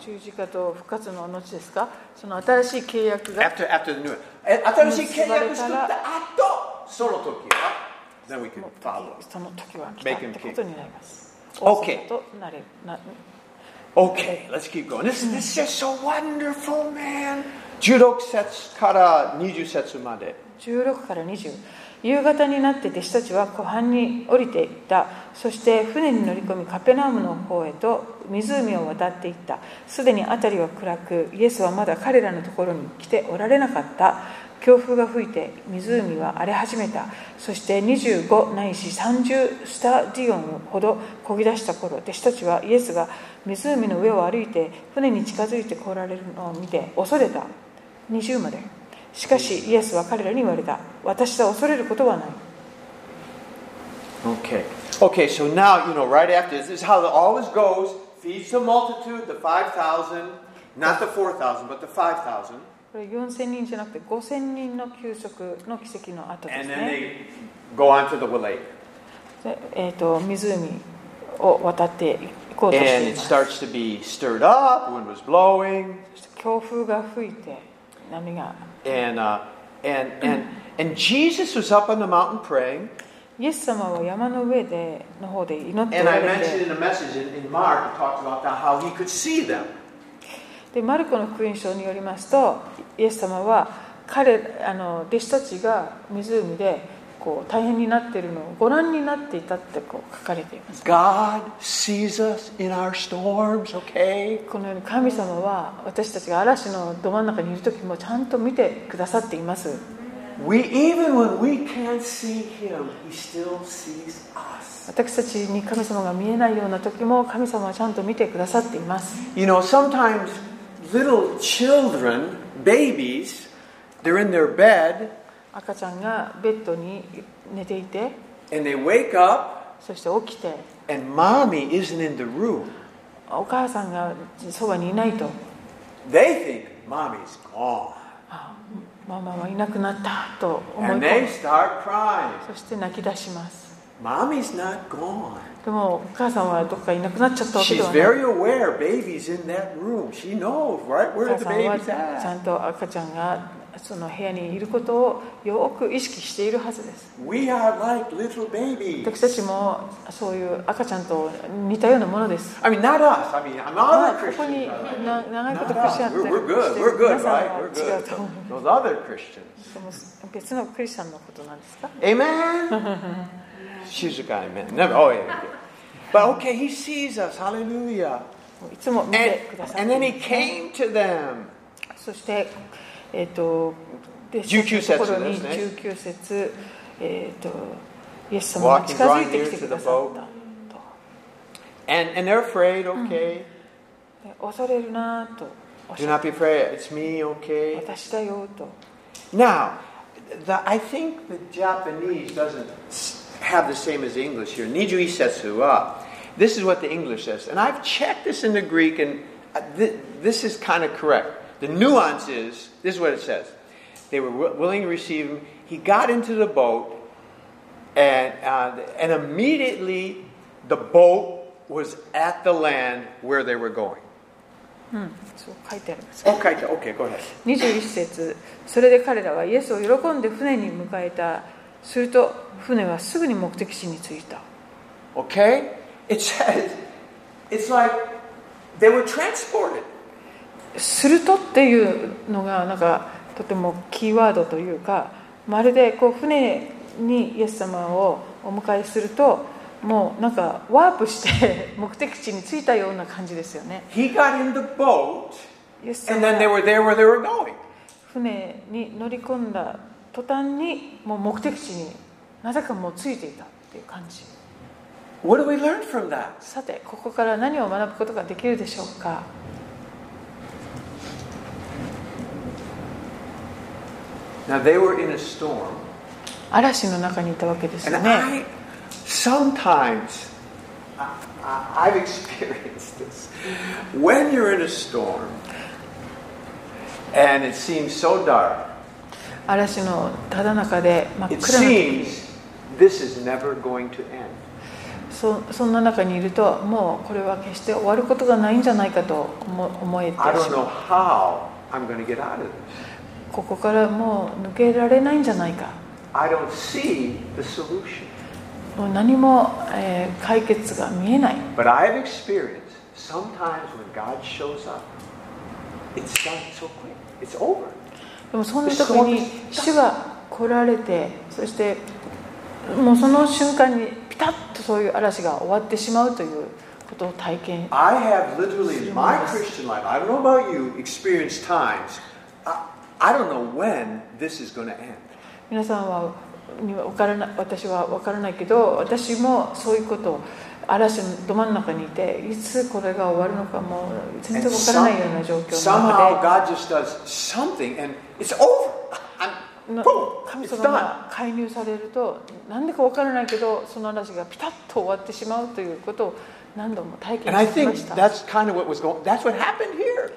Speaker 2: 十字架と復活の後ですかその新しい契約が
Speaker 1: After after the new. Eh, え新しい契約作った後、その時は、then we
Speaker 2: も
Speaker 1: can
Speaker 2: う
Speaker 1: follow.
Speaker 2: その時は来たってことになります。
Speaker 1: Make him king.
Speaker 2: 王様となれな
Speaker 1: Okay, let's keep going. This, this is just so wonderful, man. 16節から20節まで。
Speaker 2: 16から20夕方になって弟子たちは湖畔に降りていったそして船に乗り込みカペナームの方へと湖を渡っていったすでに辺りは暗くイエスはまだ彼らのところに来ておられなかった強風が吹いて湖は荒れ始めたそして25ないし30スタディオンほど漕ぎ出した頃弟子たちはイエスが湖の上を歩いて船に近づいて来られるのを見て恐れた20までしかしイエスは彼らに言われた私は恐れることはない
Speaker 1: Okay. Okay, so now, you know, right after this, this is how it always goes feeds the multitude, the 5,000, not the 4,000, but the 5,000.
Speaker 2: これ4000人じゃなくて5000人の休息の奇跡の後です
Speaker 1: And then
Speaker 2: ね
Speaker 1: they go on to the lake.
Speaker 2: でえー、と湖を渡っていこうとして
Speaker 1: And
Speaker 2: いま
Speaker 1: it
Speaker 2: す
Speaker 1: starts to be stirred up, wind was blowing.
Speaker 2: そして強風が吹いて波が
Speaker 1: And, uh, and, and, and Jesus was up on the mountain praying.
Speaker 2: イエス様は山の上での方で祈ってお
Speaker 1: And
Speaker 2: ら
Speaker 1: I
Speaker 2: れ
Speaker 1: mentioned
Speaker 2: て
Speaker 1: in a message in, in Mark, it talked about that, how he could see them.
Speaker 2: でマルコの福音書によりますとイエス様は彼あの弟子たちが湖でこう大変になっているのをご覧になっていたってこう書かれています
Speaker 1: God sees us in our storms, okay?
Speaker 2: このように神様は私たちが嵐のど真ん中にいる時もちゃんと見てくださっています
Speaker 1: We even when we can't see him, he still sees us.
Speaker 2: 私たちに神様が見えないような時も神様はちゃんと見てくださっています
Speaker 1: You know, sometimes little children, babies, they're in their bed
Speaker 2: 赤ちゃんがベッドに寝ていて
Speaker 1: and they wake up
Speaker 2: そして起きて
Speaker 1: and mommy isn't in the room.
Speaker 2: お母さんがそばにいないと
Speaker 1: They think mommy's gone.
Speaker 2: あママはいなくなったと思い
Speaker 1: And
Speaker 2: 込
Speaker 1: they
Speaker 2: む
Speaker 1: start crying.
Speaker 2: そして泣き出します
Speaker 1: Mommy's not gone.
Speaker 2: でもお母さんはどっかいなくなっちゃったわけで
Speaker 1: She's
Speaker 2: はない
Speaker 1: very aware baby's in that room. She knows right
Speaker 2: お
Speaker 1: where
Speaker 2: 母
Speaker 1: the
Speaker 2: さんは
Speaker 1: baby's
Speaker 2: ちゃ
Speaker 1: at.
Speaker 2: んと赤ちゃんがその部屋にいることをよく意識しているはずです
Speaker 1: We are like little babies.
Speaker 2: 私たちもそういう赤ちゃんと似たようなものです。
Speaker 1: I mean, not us. I mean, I'm
Speaker 2: まあ
Speaker 1: other
Speaker 2: ここに
Speaker 1: Christians. are like
Speaker 2: な長いことクリスチャ
Speaker 1: that. We're,
Speaker 2: ンと
Speaker 1: we're
Speaker 2: し
Speaker 1: good.
Speaker 2: て
Speaker 1: We're
Speaker 2: 皆
Speaker 1: good, right?
Speaker 2: さんは
Speaker 1: We're
Speaker 2: 違うと思
Speaker 1: good. Those other Christians.
Speaker 2: う。でも別のクリスチャンのことなんですか
Speaker 1: Amen. She's a guy, man. Never. Oh, yeah. yeah. But okay, he sees us. Hallelujah.
Speaker 2: いつも見
Speaker 1: And,
Speaker 2: てくださってい
Speaker 1: and
Speaker 2: る
Speaker 1: then he came to them.
Speaker 2: そして、えっとで
Speaker 1: 19
Speaker 2: そのところに
Speaker 1: 節ですね
Speaker 2: 19節、えっとイエス様が近づいてきてくださった
Speaker 1: Walking
Speaker 2: と
Speaker 1: And, and they're afraid, okay.
Speaker 2: で恐れるなぁとおっ
Speaker 1: Do
Speaker 2: しゃっ
Speaker 1: not
Speaker 2: て
Speaker 1: be afraid. It's me, okay.
Speaker 2: 私だよと
Speaker 1: Now, the, I think the Japanese doesn't s- have the same as English here. Niju isetsu wa. This is what the English says. And I've checked this in the Greek, and uh, thi- this is kind of correct. The nuance is this is what it says. They were wi- willing to receive him. He got into the boat, and, uh, and immediately the boat was at the land where they were going.
Speaker 2: そう書いてあります。
Speaker 1: Okay, okay, go ahead.
Speaker 2: 21節それで彼らはイエスを喜んで船に迎えた。すると船はすぐに目的地に着いた。
Speaker 1: Okay? It says, it's like they were transported.
Speaker 2: するとっていうのがなんかとてもキーワードというかまるでこう船にイエス様をお迎えするともうなんかワープして目的地に着いたような感じですよね
Speaker 1: He got in the boat,
Speaker 2: イエス
Speaker 1: and
Speaker 2: 様
Speaker 1: then they
Speaker 2: が
Speaker 1: were there where they were going.
Speaker 2: 船に乗り込んだ途端にもう目的地になぜかもう着いていたっていう感じ
Speaker 1: What do we learn from that?
Speaker 2: さてここから何を学ぶことができるでしょうか
Speaker 1: Now they were in a storm,
Speaker 2: 嵐の中にいたわけです
Speaker 1: and
Speaker 2: よね
Speaker 1: I sometimes I, I, I've experienced this. When you're in a storm, and it seems so dark,
Speaker 2: 嵐のただ中で真っ
Speaker 1: it
Speaker 2: 暗な時に
Speaker 1: seems this is never going to end.
Speaker 2: そそんな中にいるともうこれは決して終わることがないんじゃないかと思思えてし
Speaker 1: I don't
Speaker 2: ま
Speaker 1: know
Speaker 2: う
Speaker 1: how I'm going to get out of this.
Speaker 2: ここからもう抜けられないんじゃないか
Speaker 1: I don't see the solution.
Speaker 2: もう何も、えー解決が見えない
Speaker 1: But I've experienced sometimes when God shows up, it's done so quick. It's over.
Speaker 2: でもそんな時に主が来られてそしてもうその瞬間にピタッとそういう嵐が終わってしまうということを体験
Speaker 1: I have literally in my Christian life, I don't know about you, experienced times. I, I don't know when this is going to end.
Speaker 2: 皆さんはには分からない私は分からないけど私もそういうことを嵐のど真ん中にいていつこれが終わるのかもう全
Speaker 1: And
Speaker 2: 然分からないような状
Speaker 1: some-
Speaker 2: 況の
Speaker 1: somehow
Speaker 2: 中
Speaker 1: God just does something and it's over. I'm,
Speaker 2: でな
Speaker 1: boom,
Speaker 2: 神
Speaker 1: it's
Speaker 2: 様
Speaker 1: done.
Speaker 2: が介入されると何でか分からないけどその嵐がピタッと終わってしまうということを何度も体
Speaker 1: And I
Speaker 2: 験
Speaker 1: think
Speaker 2: しました
Speaker 1: that's kind of what was going. That's what happened here.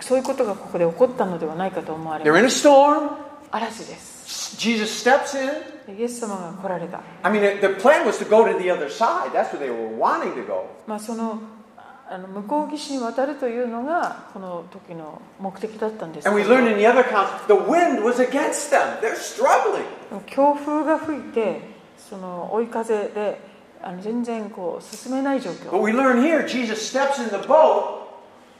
Speaker 2: そういうことがここで起こったのではないかと思われ
Speaker 1: They're
Speaker 2: ま
Speaker 1: in a
Speaker 2: す
Speaker 1: storm.
Speaker 2: 嵐です
Speaker 1: Jesus steps in.
Speaker 2: イエス様が来られた、
Speaker 1: I mean, the- the plan was to go to the other side. That's where they were wanting to go.
Speaker 2: まあ、そのあの向こう岸に渡るというのがこの時の目的だったんですけ
Speaker 1: And
Speaker 2: ど
Speaker 1: we learn in the other accounts, the wind was against them. They're struggling.
Speaker 2: 強風が吹いてその追い風であの全然こう進めない状
Speaker 1: But
Speaker 2: 況
Speaker 1: we learn here, Jesus steps in the boat,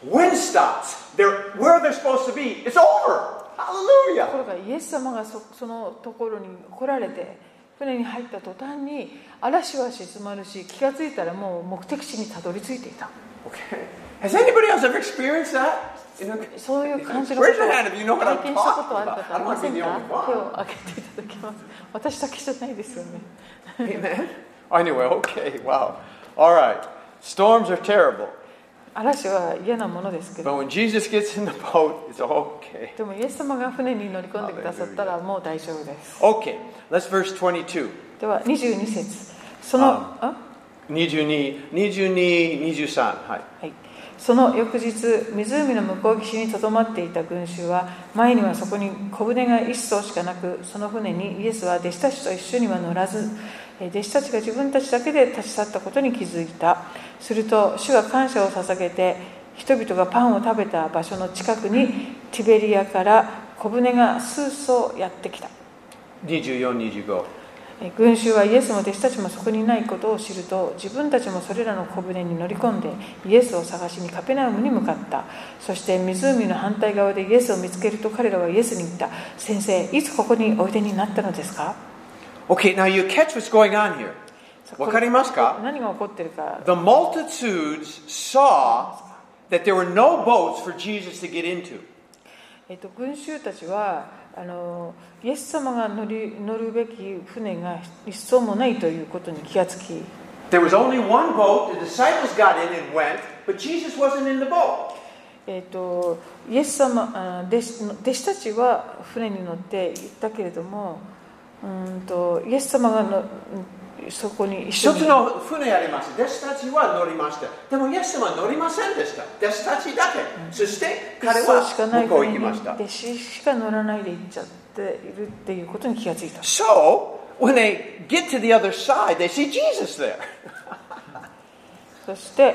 Speaker 1: wind stops. They're where they're supposed to be. It's over.
Speaker 2: とこ
Speaker 1: Hallelujah.
Speaker 2: ろがイエス様がそそのところに来られて船に入った途端に嵐は静まるし気がついたらもう目的地にたどり着いていた
Speaker 1: Okay. Has anybody else ever experienced that? You know,
Speaker 2: そういう感じのこ
Speaker 1: raise
Speaker 2: とを
Speaker 1: your hand if you know what
Speaker 2: 体
Speaker 1: I'm
Speaker 2: 験
Speaker 1: talking
Speaker 2: したことある
Speaker 1: about. I
Speaker 2: 方い
Speaker 1: don't
Speaker 2: ま
Speaker 1: want to
Speaker 2: せ
Speaker 1: be
Speaker 2: ん
Speaker 1: the
Speaker 2: か
Speaker 1: only
Speaker 2: 手
Speaker 1: one.
Speaker 2: を挙げていただきます私だけじゃないですよね
Speaker 1: Amen. Anyway, okay, wow. All right. Storms are terrible.
Speaker 2: 嵐は嫌なものですけど
Speaker 1: But when Jesus gets in the boat, it's okay.
Speaker 2: でもイエス様が船に乗り込んでくださったらもう大丈夫です
Speaker 1: Okay, let's verse 22.
Speaker 2: では22節その
Speaker 1: あ
Speaker 2: あ
Speaker 1: 22、22、23。はい。
Speaker 2: はい、その翌日湖の向こう岸にとどまっていた群衆は前にはそこに小舟が一艘しかなくその船にイエスは弟子たちと一緒には乗らずえー弟子たちが自分たちだけで立ち去ったことに気づいたすると主が感謝を捧げて人々がパンを食べた場所の近くにティベリアから小舟が数艘やってきた
Speaker 1: 24、25。
Speaker 2: えー群衆はイエスも弟子たちもそこにいないことを知ると自分たちもそれらの小舟に乗り込んでイエスを探しにカペナウムに向かったそして湖の反対側でイエスを見つけると彼らはイエスに言った先生いつここにおいでになったのですか
Speaker 1: Okay, now you catch what's going on here.
Speaker 2: そこ
Speaker 1: わかりますか
Speaker 2: 何が起こってるか
Speaker 1: The multitudes saw that there were no boats for Jesus to get into.
Speaker 2: えっと、群衆たちはあのイエス様が乗り乗るべき船が一層もないということに気がつき
Speaker 1: There was only one boat. The disciples got in and went, but Jesus wasn't in the boat.
Speaker 2: えー、とイエス様あ弟子弟子たちは船に乗って行ったけれどもうーんとイエス様がのそこに一緒
Speaker 1: 一
Speaker 2: に
Speaker 1: つの船あります。弟子たちは乗りました。でもイエス様は乗りませんでした。弟子たちだけ。そして彼
Speaker 2: そうしかな
Speaker 1: はい向こう
Speaker 2: 国
Speaker 1: 行
Speaker 2: に
Speaker 1: きました。
Speaker 2: 弟子しか乗らないで行っちゃっているっていうことに気がついた
Speaker 1: So, when they get to the other side, they see Jesus there.
Speaker 2: そして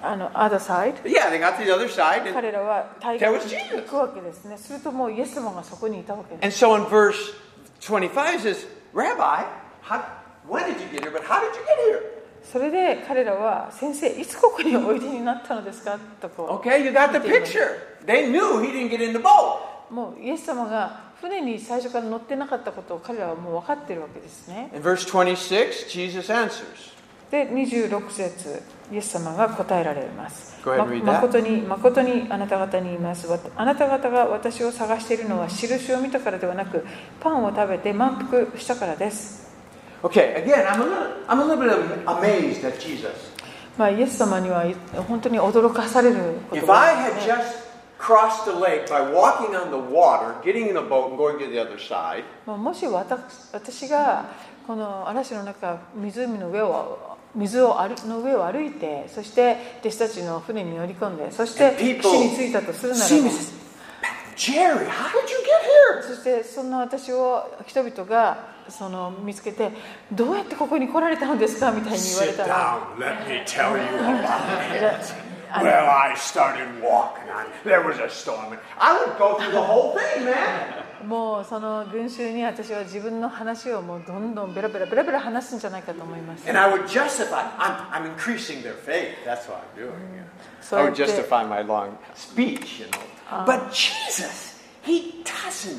Speaker 2: あの other side
Speaker 1: Yeah, they got to the other side. And,
Speaker 2: 彼らは大国
Speaker 1: There was
Speaker 2: に
Speaker 1: Jesus.
Speaker 2: 行くわけですねするともうイエス様がそこにいたわけです
Speaker 1: and so in verse 25 it says, Rabbi, how, when did you get here? But how did you get here?
Speaker 2: それで彼らは先生いつここにおいでになったのですかとこ
Speaker 1: Okay, you got the picture. They knew he didn't get in the boat.
Speaker 2: うもうイエス様が船に最初から乗ってなかったことを彼らはもう分かってるわけですね
Speaker 1: In verse 26, Jesus answers.
Speaker 2: で26節イエス様が答えられます「
Speaker 1: Go ahead and read that.
Speaker 2: まことに誠にあなた方に言いますわあなた方が私を探しているのは印を見たからではなくパンを食べて満腹したからです」
Speaker 1: Okay, again, I'm a little, I'm a little bit am- amazed at Jesus.
Speaker 2: まあ、イエス様にはい本当に驚かされること
Speaker 1: If
Speaker 2: が
Speaker 1: I
Speaker 2: ありま
Speaker 1: had
Speaker 2: すね
Speaker 1: just crossed the lake by walking on the water, getting in a boat, and going to the other side,
Speaker 2: まあもし私私がこの嵐の中湖の上を水を歩の上を歩いてそして弟子たちの船に乗り込んでそして
Speaker 1: And people
Speaker 2: 岸に着いたとするなら
Speaker 1: see me
Speaker 2: ば
Speaker 1: says, Jerry, how did you get here?
Speaker 2: そしてそんな私を人々がその見つけて「どうやってここに来られたのですか?」みたいに言われ
Speaker 6: Sit
Speaker 2: たら
Speaker 6: down, let me tell you
Speaker 2: い
Speaker 6: about it.
Speaker 2: やあの
Speaker 6: Well, I started walking on. There was a storm. and
Speaker 1: I would go through the whole thing, man.
Speaker 2: もうその群衆に私は自分の話をもうどんどんベラベラベラベラ話すんじゃないかと思います
Speaker 1: And I would justify. I'm, I'm increasing their faith. That's what I'm doing. yeah.
Speaker 2: そうやって
Speaker 1: my long speech, you know. but Jesus, he doesn't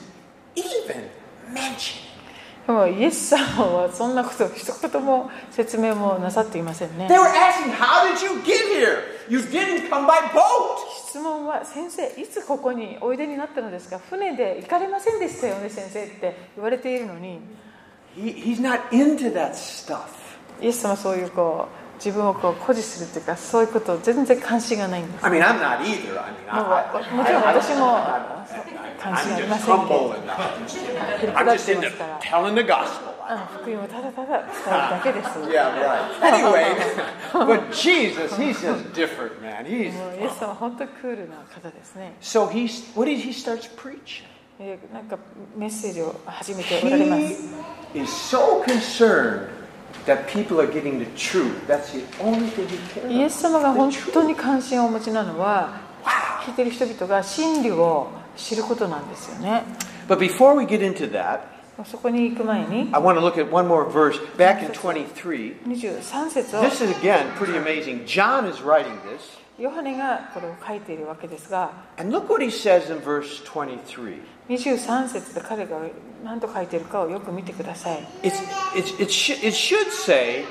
Speaker 1: even mention it.
Speaker 2: でもイエス様はそんなこと一言も説明もなさっていませんね
Speaker 1: They were asking, How did you get here? You didn't come by boat.
Speaker 2: 質問は「先生いつここにおいでになったのですか船で行かれませんでしたよね先生」って言われているのに
Speaker 1: He, he's not into that stuff.
Speaker 2: イエス様はそういうこう自分をこう誇示するというかそういうこと全然関心がないんです
Speaker 1: I mean, I'm not either. I mean,
Speaker 2: もう
Speaker 1: I,
Speaker 2: わ
Speaker 1: I,
Speaker 2: もちろん私も関
Speaker 1: I'm
Speaker 2: 心ありま
Speaker 1: just
Speaker 2: せんけ
Speaker 1: humble and I'm just, I'm just into telling
Speaker 2: ど振り下ってますから
Speaker 1: the gospel.
Speaker 2: うん福音をただただ伝えるだけです
Speaker 1: Yeah, right. Anyway, but Jesus, he's just different, man. He's
Speaker 2: もうイエス様は本当クールな方ですね
Speaker 1: so he's what did he starts preaching?
Speaker 2: えーなんかメッセージを始めておられます
Speaker 1: He is so concerned that people are getting the truth. That's the only thing he cares about.
Speaker 2: イエス様が
Speaker 1: the
Speaker 2: 本
Speaker 1: truth.
Speaker 2: 当に関心をお持ちなのは聞いてる人々が真理を知ることなんですよね
Speaker 1: But before we get into that,
Speaker 2: そこに行く前に
Speaker 1: I want to look at one more verse back in 23.
Speaker 2: 23節を
Speaker 1: This is again pretty amazing. John is writing this.
Speaker 2: ヨハネがこれを書いているわけですが
Speaker 1: And look what he says in verse 23.
Speaker 2: 23節で彼が何と書いているかをよく見てください
Speaker 1: It's, it's, it, should it should say,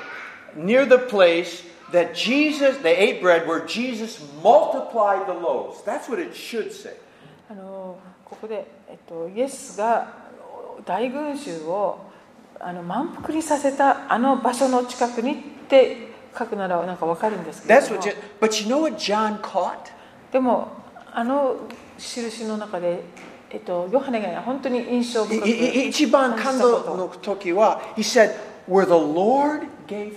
Speaker 1: near the place that Jesus, they ate bread where Jesus multiplied the loaves. That's what it should say.
Speaker 2: あのここで、えっと、イエスが大群衆をあの満腹にさせたあの場所の近くにって書くならなんかわかるんですけれ
Speaker 1: That's
Speaker 2: ども
Speaker 1: what. Je- but you know what John caught?
Speaker 2: でもあの印の中で、えっと、ヨハネが本当に印象
Speaker 1: い
Speaker 2: 深く
Speaker 1: いい一番感
Speaker 2: 感じたこ
Speaker 1: 動
Speaker 2: と
Speaker 1: の時は、he said, where the Lord gave thanks.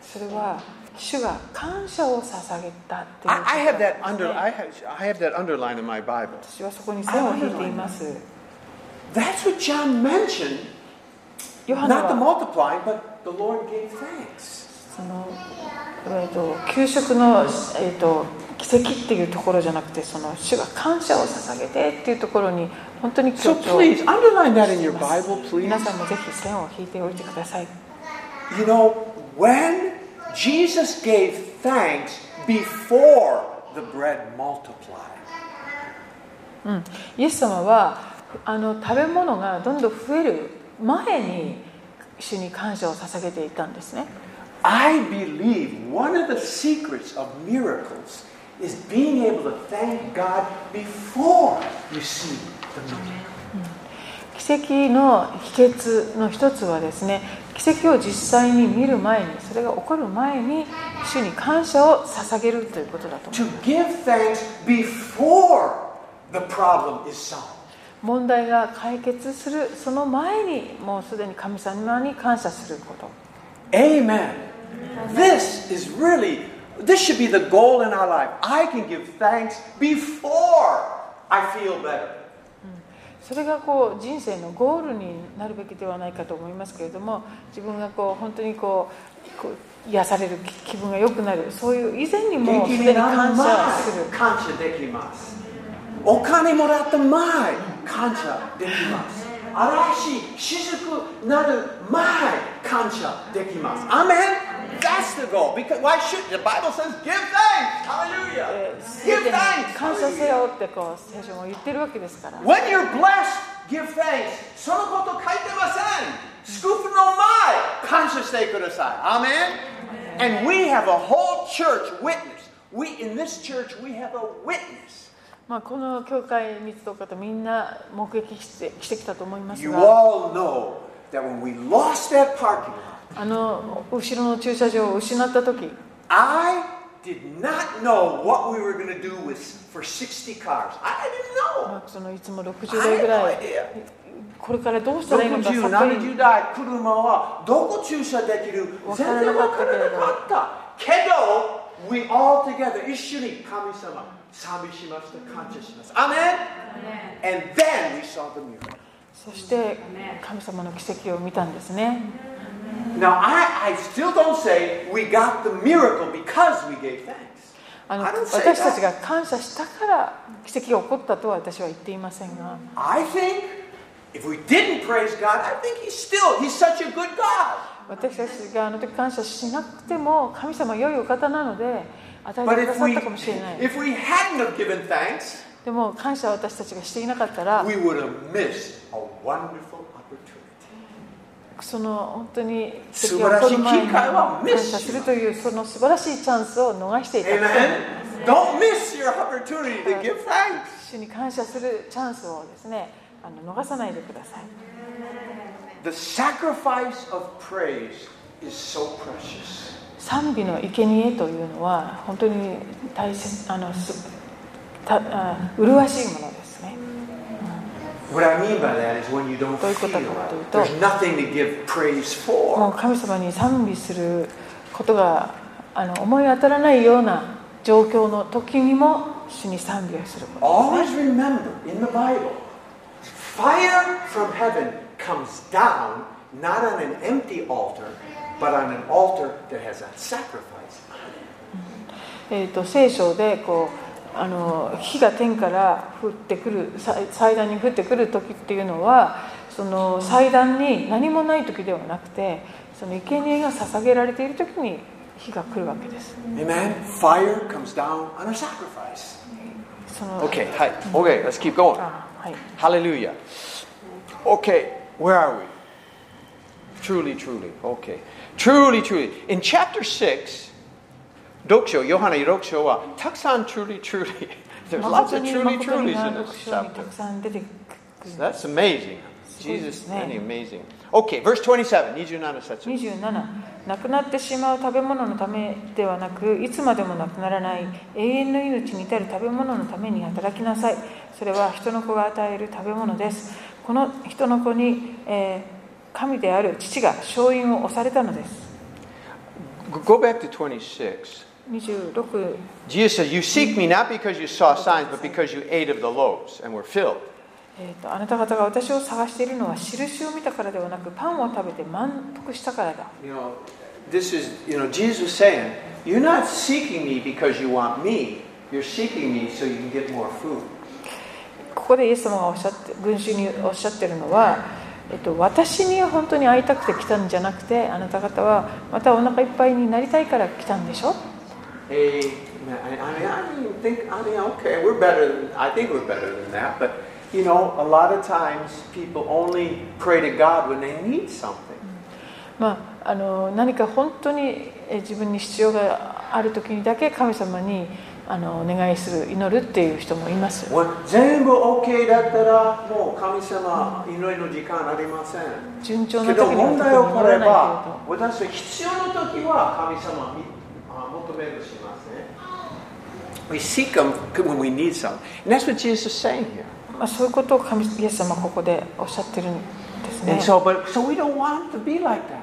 Speaker 2: それは主が感謝を捧げたっていう
Speaker 1: I, I have that under. I have. I have that underlined in my Bible.
Speaker 2: 私はそこに線を引いています
Speaker 1: That's what John mentioned.
Speaker 2: ヨハネ
Speaker 1: Not the
Speaker 2: は
Speaker 1: multiplying, but the Lord gave thanks.
Speaker 2: その、えっと、給食の、えっと、奇跡っていうところじゃなくてその主が感謝を捧げてっていうところに本当に
Speaker 1: So
Speaker 2: 強調
Speaker 1: please underline that in your
Speaker 2: ます
Speaker 1: Bible, please.
Speaker 2: 皆さんもぜひ線を引いておいてください
Speaker 1: You know when Jesus gave thanks before the bread multiplied.
Speaker 2: イエス様はあの食べ物がどんどん増える前に主に感謝を捧げていたんですね
Speaker 1: I believe one of the secrets of miracles is being able to thank God before you see the miracle.
Speaker 2: 奇跡の秘訣の一つはですね奇跡を実際に見る前にそれが起こる前に主に感謝を捧げるということだと思う
Speaker 1: To give thanks before the problem is solved.
Speaker 2: 問題が解決するその前にもうすでに神様に感謝すること
Speaker 1: Amen. This is really, this should be the goal in our life. I can give thanks before I feel better.
Speaker 2: それがこう人生のゴールになるべきではないかと思いますけれども自分がこう本当にこうこう癒される気気分が良くなるそういう以前にもうすでに感謝する
Speaker 1: 元気になる前感謝できますお金もらった前感謝できます新しい雫になる前感謝できますアメン That's the goal. Because why should the Bible says give thanks?
Speaker 2: え
Speaker 1: Hallelujah.
Speaker 2: ー
Speaker 1: Give
Speaker 2: 全てに
Speaker 1: thanks.
Speaker 2: 感謝せ
Speaker 1: Hallelujah.
Speaker 2: よってこう聖書も言ってるわけですから
Speaker 1: When you're blessed, give thanks. そのこと書いてません。祝福の前、感謝してください。Amen. And we have a whole church witness. We in this church we have a witness.
Speaker 2: まあこの教会に集う方みんな目撃してしてきたと思います
Speaker 1: You
Speaker 2: が
Speaker 1: all know that when we lost that parking lot,
Speaker 2: あの後ろの駐車場を失った時
Speaker 1: I did not know what we were going to do with for 60 cars. I didn't know.
Speaker 2: まあそのいつも
Speaker 1: I had
Speaker 2: 60代ぐ
Speaker 1: no
Speaker 2: らい
Speaker 1: idea.
Speaker 2: これからどうしたらいいのか
Speaker 1: 60、
Speaker 2: さっぱり
Speaker 1: 70代、車はどこ駐車できる
Speaker 2: わ
Speaker 1: 全
Speaker 2: から
Speaker 1: 然
Speaker 2: なかっ
Speaker 1: わ
Speaker 2: た
Speaker 1: か
Speaker 2: けれど
Speaker 1: らなかった。けど、we all together 一緒に神様、賛美しました、感謝します。アメン And then we saw the miracle.
Speaker 2: そして神様の奇跡を見たんですね
Speaker 1: Now, I, I still don't say we got the miracle because we gave thanks.
Speaker 2: あの
Speaker 1: I don't say
Speaker 2: 私たち
Speaker 1: that.
Speaker 2: が感謝したから奇跡が起こったとは私は言っていませんが
Speaker 1: I think if we didn't praise God, I think He's still, He's such a good God.
Speaker 2: 私たちがあの時感謝しなくても神様は良いお方なので与え
Speaker 1: But
Speaker 2: てく
Speaker 1: if
Speaker 2: ださっ
Speaker 1: we,
Speaker 2: たかもしれない
Speaker 1: if we hadn't have given thanks,
Speaker 2: でも感謝を私たちがしていなかったら
Speaker 1: we would have missed a wonderful opportunity.
Speaker 2: その本当に奇
Speaker 1: 素
Speaker 2: 跡が
Speaker 1: 晴らしい
Speaker 2: 起こる前に
Speaker 1: 機会は
Speaker 2: 感
Speaker 1: ミ
Speaker 2: 謝
Speaker 1: ス
Speaker 2: するというその素晴らしいチャンスを逃していた
Speaker 1: Amen. Don't miss your opportunity to give thanks.
Speaker 2: 主に感謝するチャンスをですねあの逃さないでください
Speaker 1: The sacrifice of praise is so precious.
Speaker 2: 賛美の生贄というのは本当に大切あのすたあ麗しいものですね
Speaker 1: What I mean by that is when you don't
Speaker 2: どういうことか
Speaker 1: feel
Speaker 2: というと、
Speaker 1: it, there's nothing to give praise
Speaker 2: も
Speaker 1: for.
Speaker 2: う神様に賛美することがあの思い当たらないような状況の時にも主に賛美をすることです、
Speaker 1: Always
Speaker 2: ね、
Speaker 1: remember in the Bible, fire from heaven comes down not on an empty altar, but on an altar that has a sacrifice.
Speaker 2: えーと聖書でこうあの火が天から降ってくるさ祭壇に降ってくる時っていうのはその祭壇に何もない時ではなくてその生贄が捧げられている時に火が来るわけです
Speaker 1: Amen. Fire comes down on a sacrifice.
Speaker 2: その
Speaker 1: Okay, hi. Okay, let's keep going.
Speaker 2: あはい
Speaker 1: Hallelujah. Okay, where are we? Truly, truly. Okay. Truly, truly. In chapter 6, Doksho, Yohana Doksho wa taksan truly, truly. There's lots
Speaker 2: 誠
Speaker 1: of
Speaker 2: に
Speaker 1: truly,
Speaker 2: 誠に
Speaker 1: trulies
Speaker 2: が
Speaker 1: in
Speaker 2: 読
Speaker 1: this
Speaker 2: 書にた
Speaker 1: chapter.
Speaker 2: くさん出てくる
Speaker 1: That's amazing. Jesus,
Speaker 2: すごいですね。
Speaker 1: many amazing. Okay, verse 27, 27節。
Speaker 2: 27なくなってしまう食べ物のためではなくいつまでもなくならない永遠の命に至る食べ物のために働きなさいそれは人の子が与える食べ物ですこの人の子に、えー神である父が勝因を押されたのです
Speaker 1: Go- Go back to 26.
Speaker 2: 26
Speaker 1: Jesus says, You seek me not because you saw signs, but because you ate of the loaves and were filled.
Speaker 2: えーとあなた方が私を探しているのは印を見たからではなくパンを食べて満腹したからだ
Speaker 1: You know, this is, you know, Jesus was saying, You're not seeking me because you want me. You're seeking me so you can get more food.
Speaker 2: ここでイエス様がおっしゃって群衆におっしゃってるのは、えっと、私に本当に会いたくて来たんじゃなくてあなた方はまたお腹いっぱいになりたいから来たんでしょ
Speaker 1: Hey, man, I I mean, I don't even think, I mean, okay, we're better than, I think we're better than that, but, you know, a lot of times people only pray to God when they need something.
Speaker 2: まあ、あの何か本当にえ自分に必要がある時にだけ神様にあのお願いする祈るっていう人もいます
Speaker 1: When- 全部OKだったら、もう神様、祈りの時間ありません。
Speaker 2: 順調
Speaker 1: け
Speaker 2: な時
Speaker 1: ど
Speaker 2: には
Speaker 1: 問
Speaker 2: 特
Speaker 1: 題
Speaker 2: に
Speaker 1: を
Speaker 2: 祈
Speaker 1: こ
Speaker 2: ら
Speaker 1: れ
Speaker 2: ない
Speaker 1: ば私は必要の時は神様にあ求めるしますね。We seek Him when we need something. And that's what Jesus is saying here.
Speaker 2: けれど、まあ、そういうことを神イエス様はここでおっしゃってるんですね
Speaker 1: And so, but, so we don't want to be like that.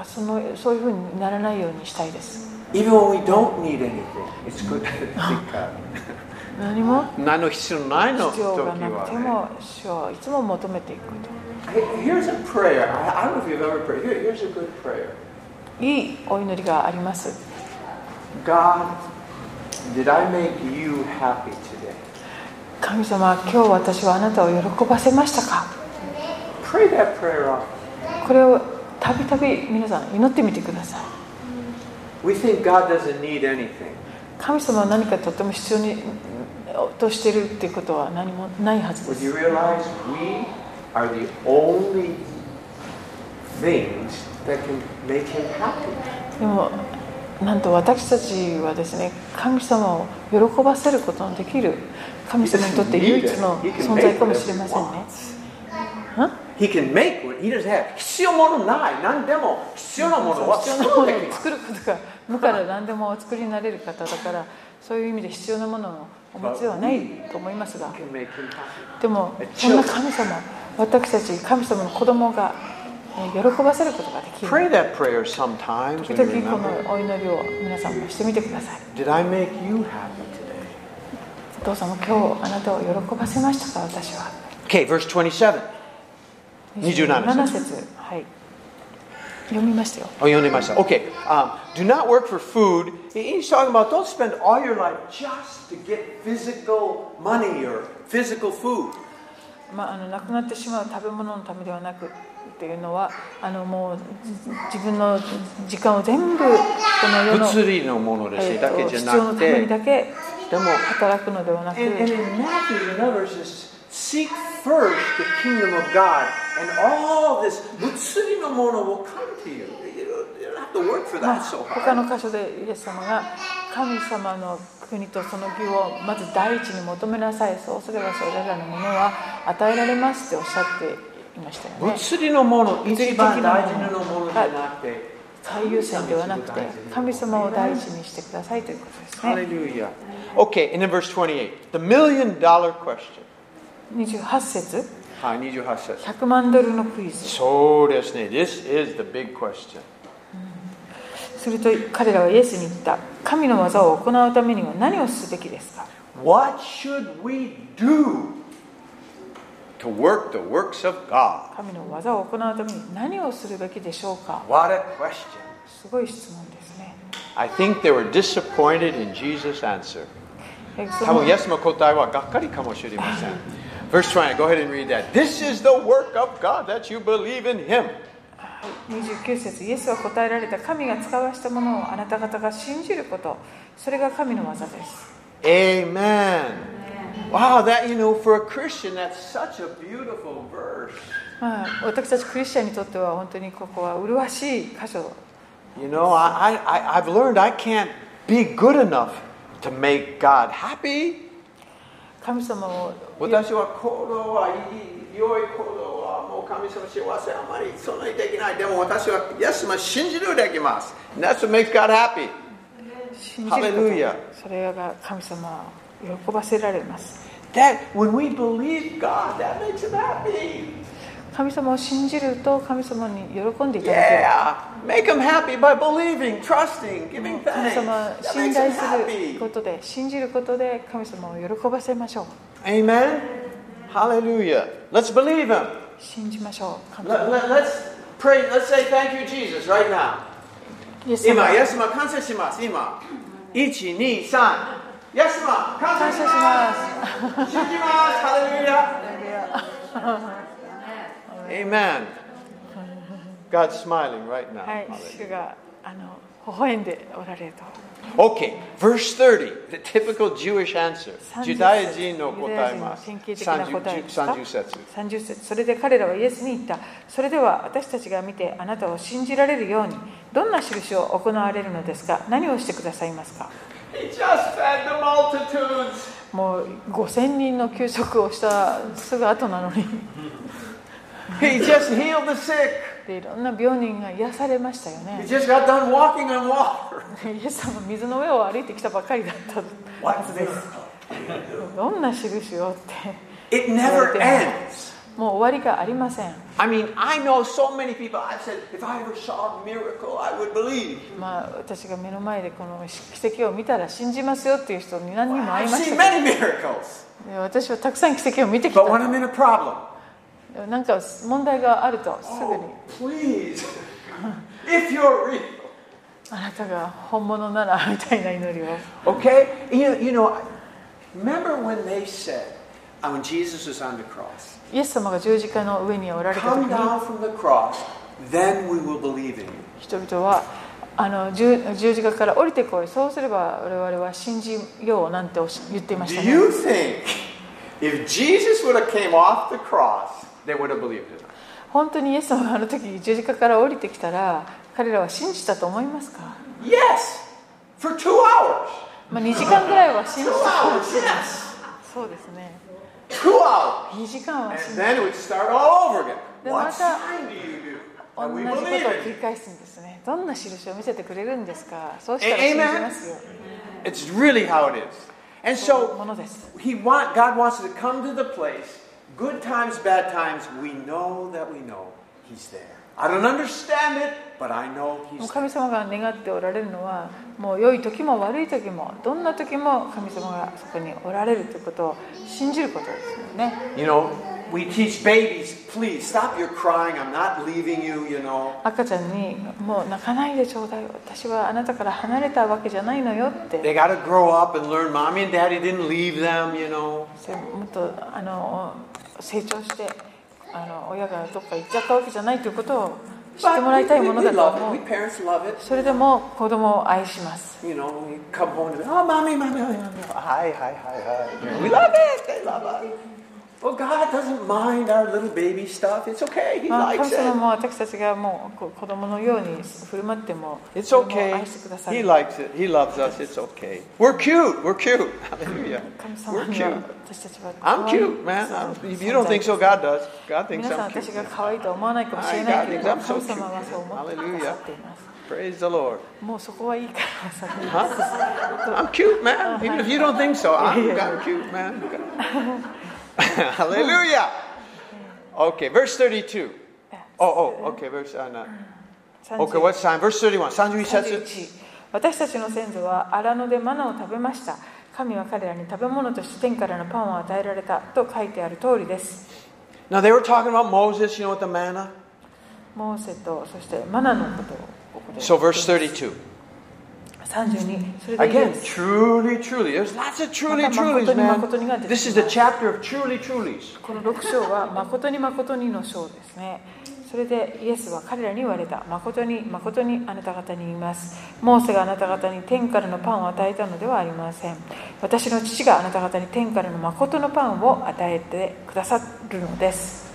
Speaker 2: あそのそういうふうにならないようにしたいです
Speaker 1: Even when we don't need anything, it's good to think of.
Speaker 2: 何も
Speaker 1: 何の必要ないの
Speaker 2: 必要がなく
Speaker 1: 時
Speaker 2: て
Speaker 1: は
Speaker 2: も主はいつも求めていくこと
Speaker 1: Hey, Here's a prayer. I, I don't know if you've ever prayed. Here, here's a good prayer.
Speaker 2: いいお祈りがあります
Speaker 1: God, did I make you happy today?
Speaker 2: 神様今日私はあなたを喜ばせましたか
Speaker 1: Pray that prayer off.
Speaker 2: これをたびたび皆さん祈ってみてください
Speaker 1: We think God doesn't need anything.
Speaker 2: 神様は何かとっても必要にとしてるっていうことは何もないはずで
Speaker 1: Would
Speaker 2: す
Speaker 1: you realize we are the only things that can make him happy?
Speaker 2: でもなんと私たちはですね神様を喜ばせることのできる神様にとって唯一の存在かもしれませんね
Speaker 1: He can make what he doesn't have. 必要ものない。何でも必要なものは
Speaker 2: 必
Speaker 1: 必
Speaker 2: 要
Speaker 1: 要なも
Speaker 2: なもの
Speaker 1: の
Speaker 2: を
Speaker 1: できます。
Speaker 2: 作ることが無から何でもお作りになれる方だからそういう意味で必要なものをお持ちではないと思いますが
Speaker 1: He can make him happy.
Speaker 2: でもそんな神様私たち神様の子供がえー喜ばせることができる
Speaker 1: Pray that prayer sometimes
Speaker 2: 時
Speaker 1: when
Speaker 2: 々
Speaker 1: you remember.
Speaker 2: このお祈りを皆さんもしてみてください
Speaker 1: Did I make you happy today?
Speaker 2: お父様今日あなたを喜ばせましたか私は
Speaker 1: Okay, verse 27. 27
Speaker 2: 27節はい読みましたよ
Speaker 1: Oh, you only myself. Okay. Um, do not work for food. He- He's talking about don't spend all your life just to get physical money or physical food.
Speaker 2: まあ、あのなくなってしまう食べ物のためではなくっていうのはあのもうじ自分の時間を全部この世の、えーと必要のためにだけ働くのではなく
Speaker 1: And, and in Matthew, the other verse is seek first the kingdom of God, and all this mutsuri no mono will come to you. You don't, you don't have to work for
Speaker 2: まあ
Speaker 1: that so
Speaker 2: 他
Speaker 1: hard.
Speaker 2: の箇所でイエス様が神様の国とその義をまず第一に求めなさいそうすればそれらのものは与えられますっておっしゃっていましたよね
Speaker 1: 物理のもの、
Speaker 2: 物理
Speaker 1: 一
Speaker 2: 的なも
Speaker 1: 番
Speaker 2: の
Speaker 1: 大事なものじゃなくて、
Speaker 2: 最優先ではなくて神様を第一にしてくださいということですね
Speaker 1: Hallelujah. Okay, and then verse 28. The million dollar question.
Speaker 2: 28節
Speaker 1: はい、28節。
Speaker 2: 100万ドルのクイズ
Speaker 1: そうですね。This is the big question.
Speaker 2: すると彼らはイエスに言った神の技を行うためには何をすべきですか
Speaker 1: What should we do to work the works of God?
Speaker 2: 神の技を行うために何をするべきでしょうか
Speaker 1: What a question.
Speaker 2: すごい質問ですね
Speaker 1: I think they were disappointed in Jesus' answer.
Speaker 2: えその
Speaker 1: 多分イエスの答えはがっかりかもしれません。Verse 20, go ahead and read that. This is the work of God that you believe in Him.
Speaker 2: 29節イエスは答えられた神が使わしたものをあなた方が信じることそれが神の技です
Speaker 1: Amen. Wow, that, you know, for a Christian, that's such a beautiful verse.
Speaker 2: まあ私たちクリスチャンにとっては本当にここは麗しい箇所
Speaker 1: You know, I, I, I've learned I can't be good enough to make God happy.
Speaker 2: 神様を
Speaker 1: 私は行動はいい良い行動はもう神様幸せあまりそんなにできないでも私はイエス様信じるできます And That's what makes God happy
Speaker 2: 信じるこ
Speaker 1: Hallelujah.
Speaker 2: とそれが神様を喜ばせられます
Speaker 1: That when we believe God that makes Him happy
Speaker 2: 神様を信じると神様に喜んでいただける
Speaker 1: Yeah Make Him happy by believing, trusting, giving
Speaker 2: 神
Speaker 1: thanks
Speaker 2: 様
Speaker 1: That
Speaker 2: 信
Speaker 1: makes Him
Speaker 2: 頼する
Speaker 1: happy
Speaker 2: ことで信じることで神様を喜ばせましょう
Speaker 1: Amen Hallelujah Let's believe Him
Speaker 2: 信じましょう神
Speaker 1: let,
Speaker 2: 様
Speaker 1: let, Let's pray, let's say thank you Jesus right now
Speaker 2: イエス様
Speaker 1: 今、イエス様感謝します。今、1、2、3。イエス様感謝
Speaker 2: 感謝
Speaker 1: し
Speaker 2: し
Speaker 1: ま
Speaker 2: ます
Speaker 1: す。信じます。ハレルヤ。Amen. God's smiling right now.
Speaker 2: はい、主があの微笑んでおられると。
Speaker 1: Okay, verse 30. The typical Jewish answer.
Speaker 2: 30
Speaker 1: ユダヤ人の答えます。
Speaker 2: ユダヤ人の典型的な答えですか
Speaker 1: 30節。
Speaker 2: 30節それで彼らはイエスに言った。それでは私たちが見てあなたを信じられるように、どんな印を行われるのですか何をしてくださいますか
Speaker 1: He just fed the multitudes.
Speaker 2: もう5000人の給食をしたすぐ後なのに
Speaker 1: He just healed the sick.
Speaker 2: で、いろんな病人が癒されましたよ
Speaker 1: He
Speaker 2: ね。
Speaker 1: just got done walking on water.
Speaker 2: イエス様、水の上を歩いてきたばかりだったは
Speaker 1: What's
Speaker 2: ずで
Speaker 1: this?
Speaker 2: す。どんな印をって
Speaker 1: It never ends.
Speaker 2: もう終わりがありません
Speaker 1: I mean, I know so many people. I've said, if I ever saw a miracle, I would believe.
Speaker 2: まあ私が目の前でこの奇跡を見たら信じますよっていう人に何人も会い
Speaker 1: I've
Speaker 2: まし
Speaker 1: seen
Speaker 2: たけ
Speaker 1: many miracles.
Speaker 2: どで私はたくさん奇跡を見てきた
Speaker 1: But when I'm in a problem,
Speaker 2: でもなんか問題があるとすぐに
Speaker 1: oh, please, if you're real.
Speaker 2: あなたが本物ならみたいな祈りを
Speaker 1: Okay? You, you know, I- remember when they said, uh, when Jesus was on the cross,
Speaker 2: イエス様が十字架の上におられた時
Speaker 1: come
Speaker 2: に
Speaker 1: down from the cross, then we will believe in you.
Speaker 2: 人々はあの十十字架から降りてこいそうすれば我々は信じようなんておし言っていまし
Speaker 1: Do
Speaker 2: た
Speaker 1: you
Speaker 2: ね
Speaker 1: think if Jesus would have came off the cross, they would have believed him?
Speaker 2: 本当にイエス様があの時十字架から降りてきたら彼らは信じたと思いますか、
Speaker 1: Yes, for two hours.
Speaker 2: まあ、2時間ぐらいは信じ
Speaker 1: Two
Speaker 2: たと思
Speaker 1: hours,
Speaker 2: う
Speaker 1: yes.
Speaker 2: そうですね
Speaker 1: Two hours.
Speaker 2: 2時間は
Speaker 1: And
Speaker 2: 信じ
Speaker 1: then we'd start all over again.
Speaker 2: Then
Speaker 1: What
Speaker 2: what's that?
Speaker 1: sign do you do?
Speaker 2: 同
Speaker 1: that we
Speaker 2: じことを
Speaker 1: believe in
Speaker 2: 繰り
Speaker 1: you?
Speaker 2: 返すんですねどんな印を見せてくれるんですかそうしたら信じ
Speaker 1: Amen
Speaker 2: ますよ
Speaker 1: It's really how it is. And
Speaker 2: そういう
Speaker 1: so
Speaker 2: ものです
Speaker 1: He want, God wants us to come to the place, good times, bad times, we know that we know He's there. I don't understand it, but I know
Speaker 2: もう
Speaker 1: He's there.
Speaker 2: 神様が願っておられるのはもう良い時も悪い時もどんな時も神様がそこにおられるということを信じることですよね
Speaker 1: You know, we teach babies, please stop your crying, I'm not leaving you, you know.
Speaker 2: 赤ちゃんに「もう泣かないでちょうだい私はあなたから離れたわけじゃないのよ」って
Speaker 1: They got to grow up and learn mommy and daddy didn't leave them, you know.
Speaker 2: それもっとあの成長してあの親がどっか行っちゃったわけじゃないということを知ってもらいたい
Speaker 1: we,
Speaker 2: もの
Speaker 1: we
Speaker 2: だと
Speaker 1: love
Speaker 2: 思う
Speaker 1: it. We parents love it.
Speaker 2: それでも子供を愛します
Speaker 1: You know, we come home to them, oh, mommy, mommy, mommy, mommy. Hi, hi, hi, hi. You know, we love it. They love us. Well, God doesn't mind our little baby stuff. It's okay. He
Speaker 2: まあ
Speaker 1: likes
Speaker 2: 神
Speaker 1: it.
Speaker 2: 様も私たちがもうこ子供のように振る舞っても
Speaker 1: It's
Speaker 2: 子供を
Speaker 1: okay.
Speaker 2: 愛してくださ
Speaker 1: He
Speaker 2: る
Speaker 1: likes it. He loves us. It's okay. We're cute. We're cute. Hallelujah.
Speaker 2: 神
Speaker 1: We're
Speaker 2: 様には
Speaker 1: cute.
Speaker 2: 私たちは
Speaker 1: I'm cute, man. I'm, if you don't think so, God does. God
Speaker 2: 皆
Speaker 1: thinks
Speaker 2: さん
Speaker 1: I'm
Speaker 2: 私
Speaker 1: cute.
Speaker 2: が可愛いとは思わないかもしれないけれど
Speaker 1: I got it. I'm so
Speaker 2: も神様はそう思ってくださっています
Speaker 1: Praise the Lord.
Speaker 2: もうそこはいいからさ
Speaker 1: I'm cute, man. Even if you don't think so, I'm, I'm cute, man. Hallelujah. Okay, verse 32. Oh, oh, okay, verse uh, no.
Speaker 2: 30
Speaker 1: Okay, what sign? Verse 31. 31 says,
Speaker 2: 31私たちの先祖は荒野でマナを食べました神は彼らに食べ物として天からのパンを与えられたと書いてある通りです
Speaker 1: now they were talking about Moses, you know, with the manna.
Speaker 2: モーセとそしてマナのことをここで
Speaker 1: So, verse 32.
Speaker 2: 32それでイエ
Speaker 1: Again,
Speaker 2: ス
Speaker 1: truly, truly. There's lots of truly,
Speaker 2: Maka-
Speaker 1: trulies,
Speaker 2: makoto ni,
Speaker 1: man.
Speaker 2: makoto ni nga
Speaker 1: This is the
Speaker 2: desu.
Speaker 1: chapter of truly, trulies.
Speaker 2: この6章は誠に誠にの章ですねそれでイエスは彼らに言われた誠に誠にあなた方に言いますモーセがあなた方に天からのパンを与えたのではありません私の父があなた方に天からの誠のパンを与えてくださるのです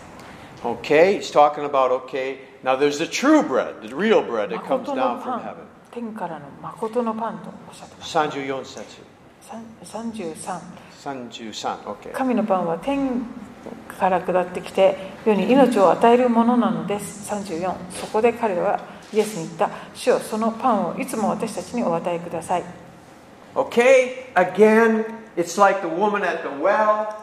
Speaker 1: Okay, he's talking about, okay, now there's the true bread, the real bread that comes
Speaker 2: 誠の
Speaker 1: down
Speaker 2: パ
Speaker 1: from
Speaker 2: ン
Speaker 1: heaven.
Speaker 2: 天からの誠のパンとおっしゃってま
Speaker 1: 34 setsu.
Speaker 2: す33
Speaker 1: 33, okay.
Speaker 2: 神のパンは天から下ってきて世に命を与えるものなのです34そこで彼らはイエスに言った主よそのパンをいつも私たちにお与えください、
Speaker 1: Okay, again, it's like the woman at the well.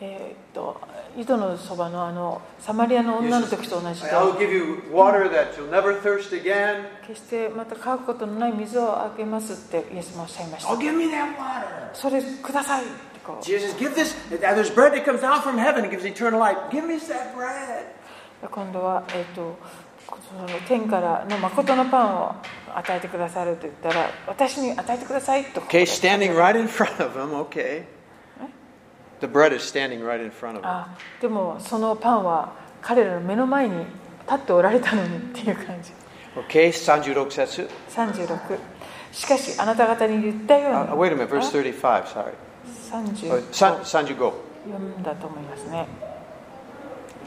Speaker 2: えーっと井戸のそばのあのサマリアの女の時と同じで
Speaker 1: I'll give you water that you'll never thirst again.
Speaker 2: 決してまた乾くことのない水をあげますってイエスもおっしゃいました
Speaker 1: Oh, give me that water.
Speaker 2: それくださいってこう
Speaker 1: Jesus, give this. uh, There's bread that comes down from heaven and gives eternal life. Give me that bread.
Speaker 2: 今度は、えー、とその天からの誠のパンを与えてくださると言ったら私に与えてくださいとここで
Speaker 1: Okay, standing right in front of him, okay. The bread is standing right in front of him.
Speaker 2: あでもそのパンは彼らの目の前に立っておられたのにっていう感じ
Speaker 1: Okay, Sanjurok Setsu.
Speaker 2: 36しかしあなた方に言ったように
Speaker 1: Uh, wait a minute, verse 35, sorry.
Speaker 2: 30
Speaker 1: Oh, San, Sanjugo.
Speaker 2: 読んだと思いますね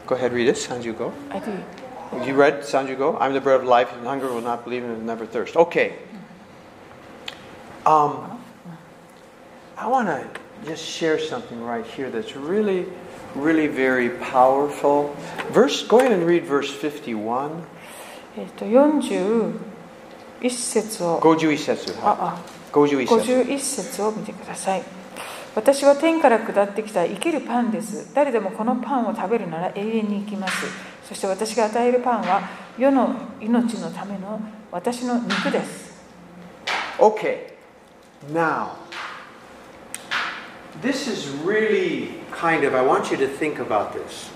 Speaker 1: Go ahead, read it. Sanjugo.
Speaker 2: I do
Speaker 1: You read Sanjugo? I'm the bread of life, and hunger will not believe and will never thirst. Okay. Um, I want to just share something right here that's really, really very powerful. Verse. Go ahead and read verse 51.
Speaker 2: えっ、と41節を
Speaker 1: Goju Isetsu.
Speaker 2: ああ
Speaker 1: Goju Isetsu.
Speaker 2: 51節を見てください私は天から下ってきた生きるパンです。誰でもこのパンを食べるなら永遠に生きます。そして私が与えるパンは世の命のための私の肉です。
Speaker 6: Okay, now, this is really kind of, I want you to think about this.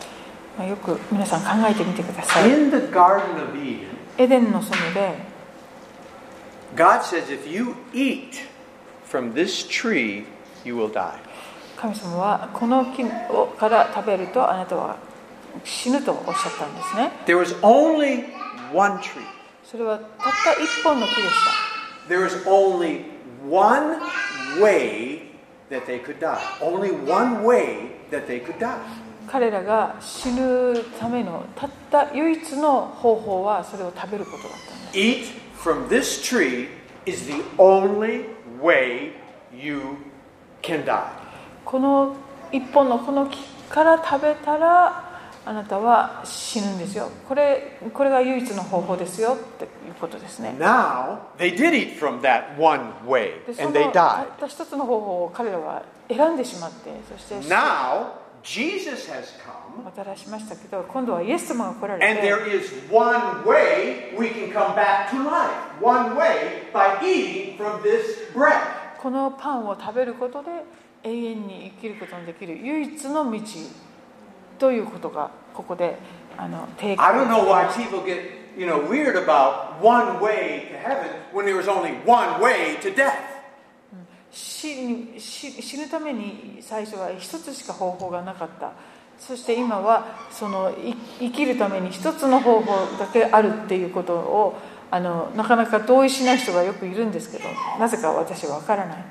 Speaker 2: まあよく皆さん考えてみてください。
Speaker 6: In the Garden of Eden,
Speaker 2: エデンの園で
Speaker 6: God says, if you eat from this tree, you will die.
Speaker 2: 神様はこの木をから食べるとあなたは死ぬとおっしゃったんですね。
Speaker 6: There was only one tree.
Speaker 2: それはたった一本の木でした。
Speaker 6: There was only one way that they could die. Only one way that they could die.
Speaker 2: 彼らが死ぬためのたった唯一の方法はそれを食べることだったんです
Speaker 6: Eat from this tree is the only way you can die.
Speaker 2: この一本のこの木から食べたらあなたは死ぬんですよこれこれが唯一の方法ですよっていうことですね
Speaker 6: Now, they did eat from that one way
Speaker 2: でその
Speaker 6: and they
Speaker 2: た
Speaker 6: died.
Speaker 2: った一つの方法を彼らは選んでしまってそして死
Speaker 6: Now, Jesus has come
Speaker 2: もたらしましたけど今度はイエス様が来ら
Speaker 6: and
Speaker 2: れ
Speaker 6: there
Speaker 2: て
Speaker 6: is one way we can come back to life. One way by eating from this bread.
Speaker 2: このパンを食べることで永遠に生きることのできる唯一の道ということがここであの提
Speaker 6: I don't know
Speaker 2: 供
Speaker 6: why people get, you know, weird about one way to heaven when there was only one way to death.
Speaker 2: 死に死死ぬために最初は一つしか方法がなかったそして今はそのい生きるために一つの方法だけあるっていうことをあのなかなか同意しない人がよくいるんですけどなぜか私は分からない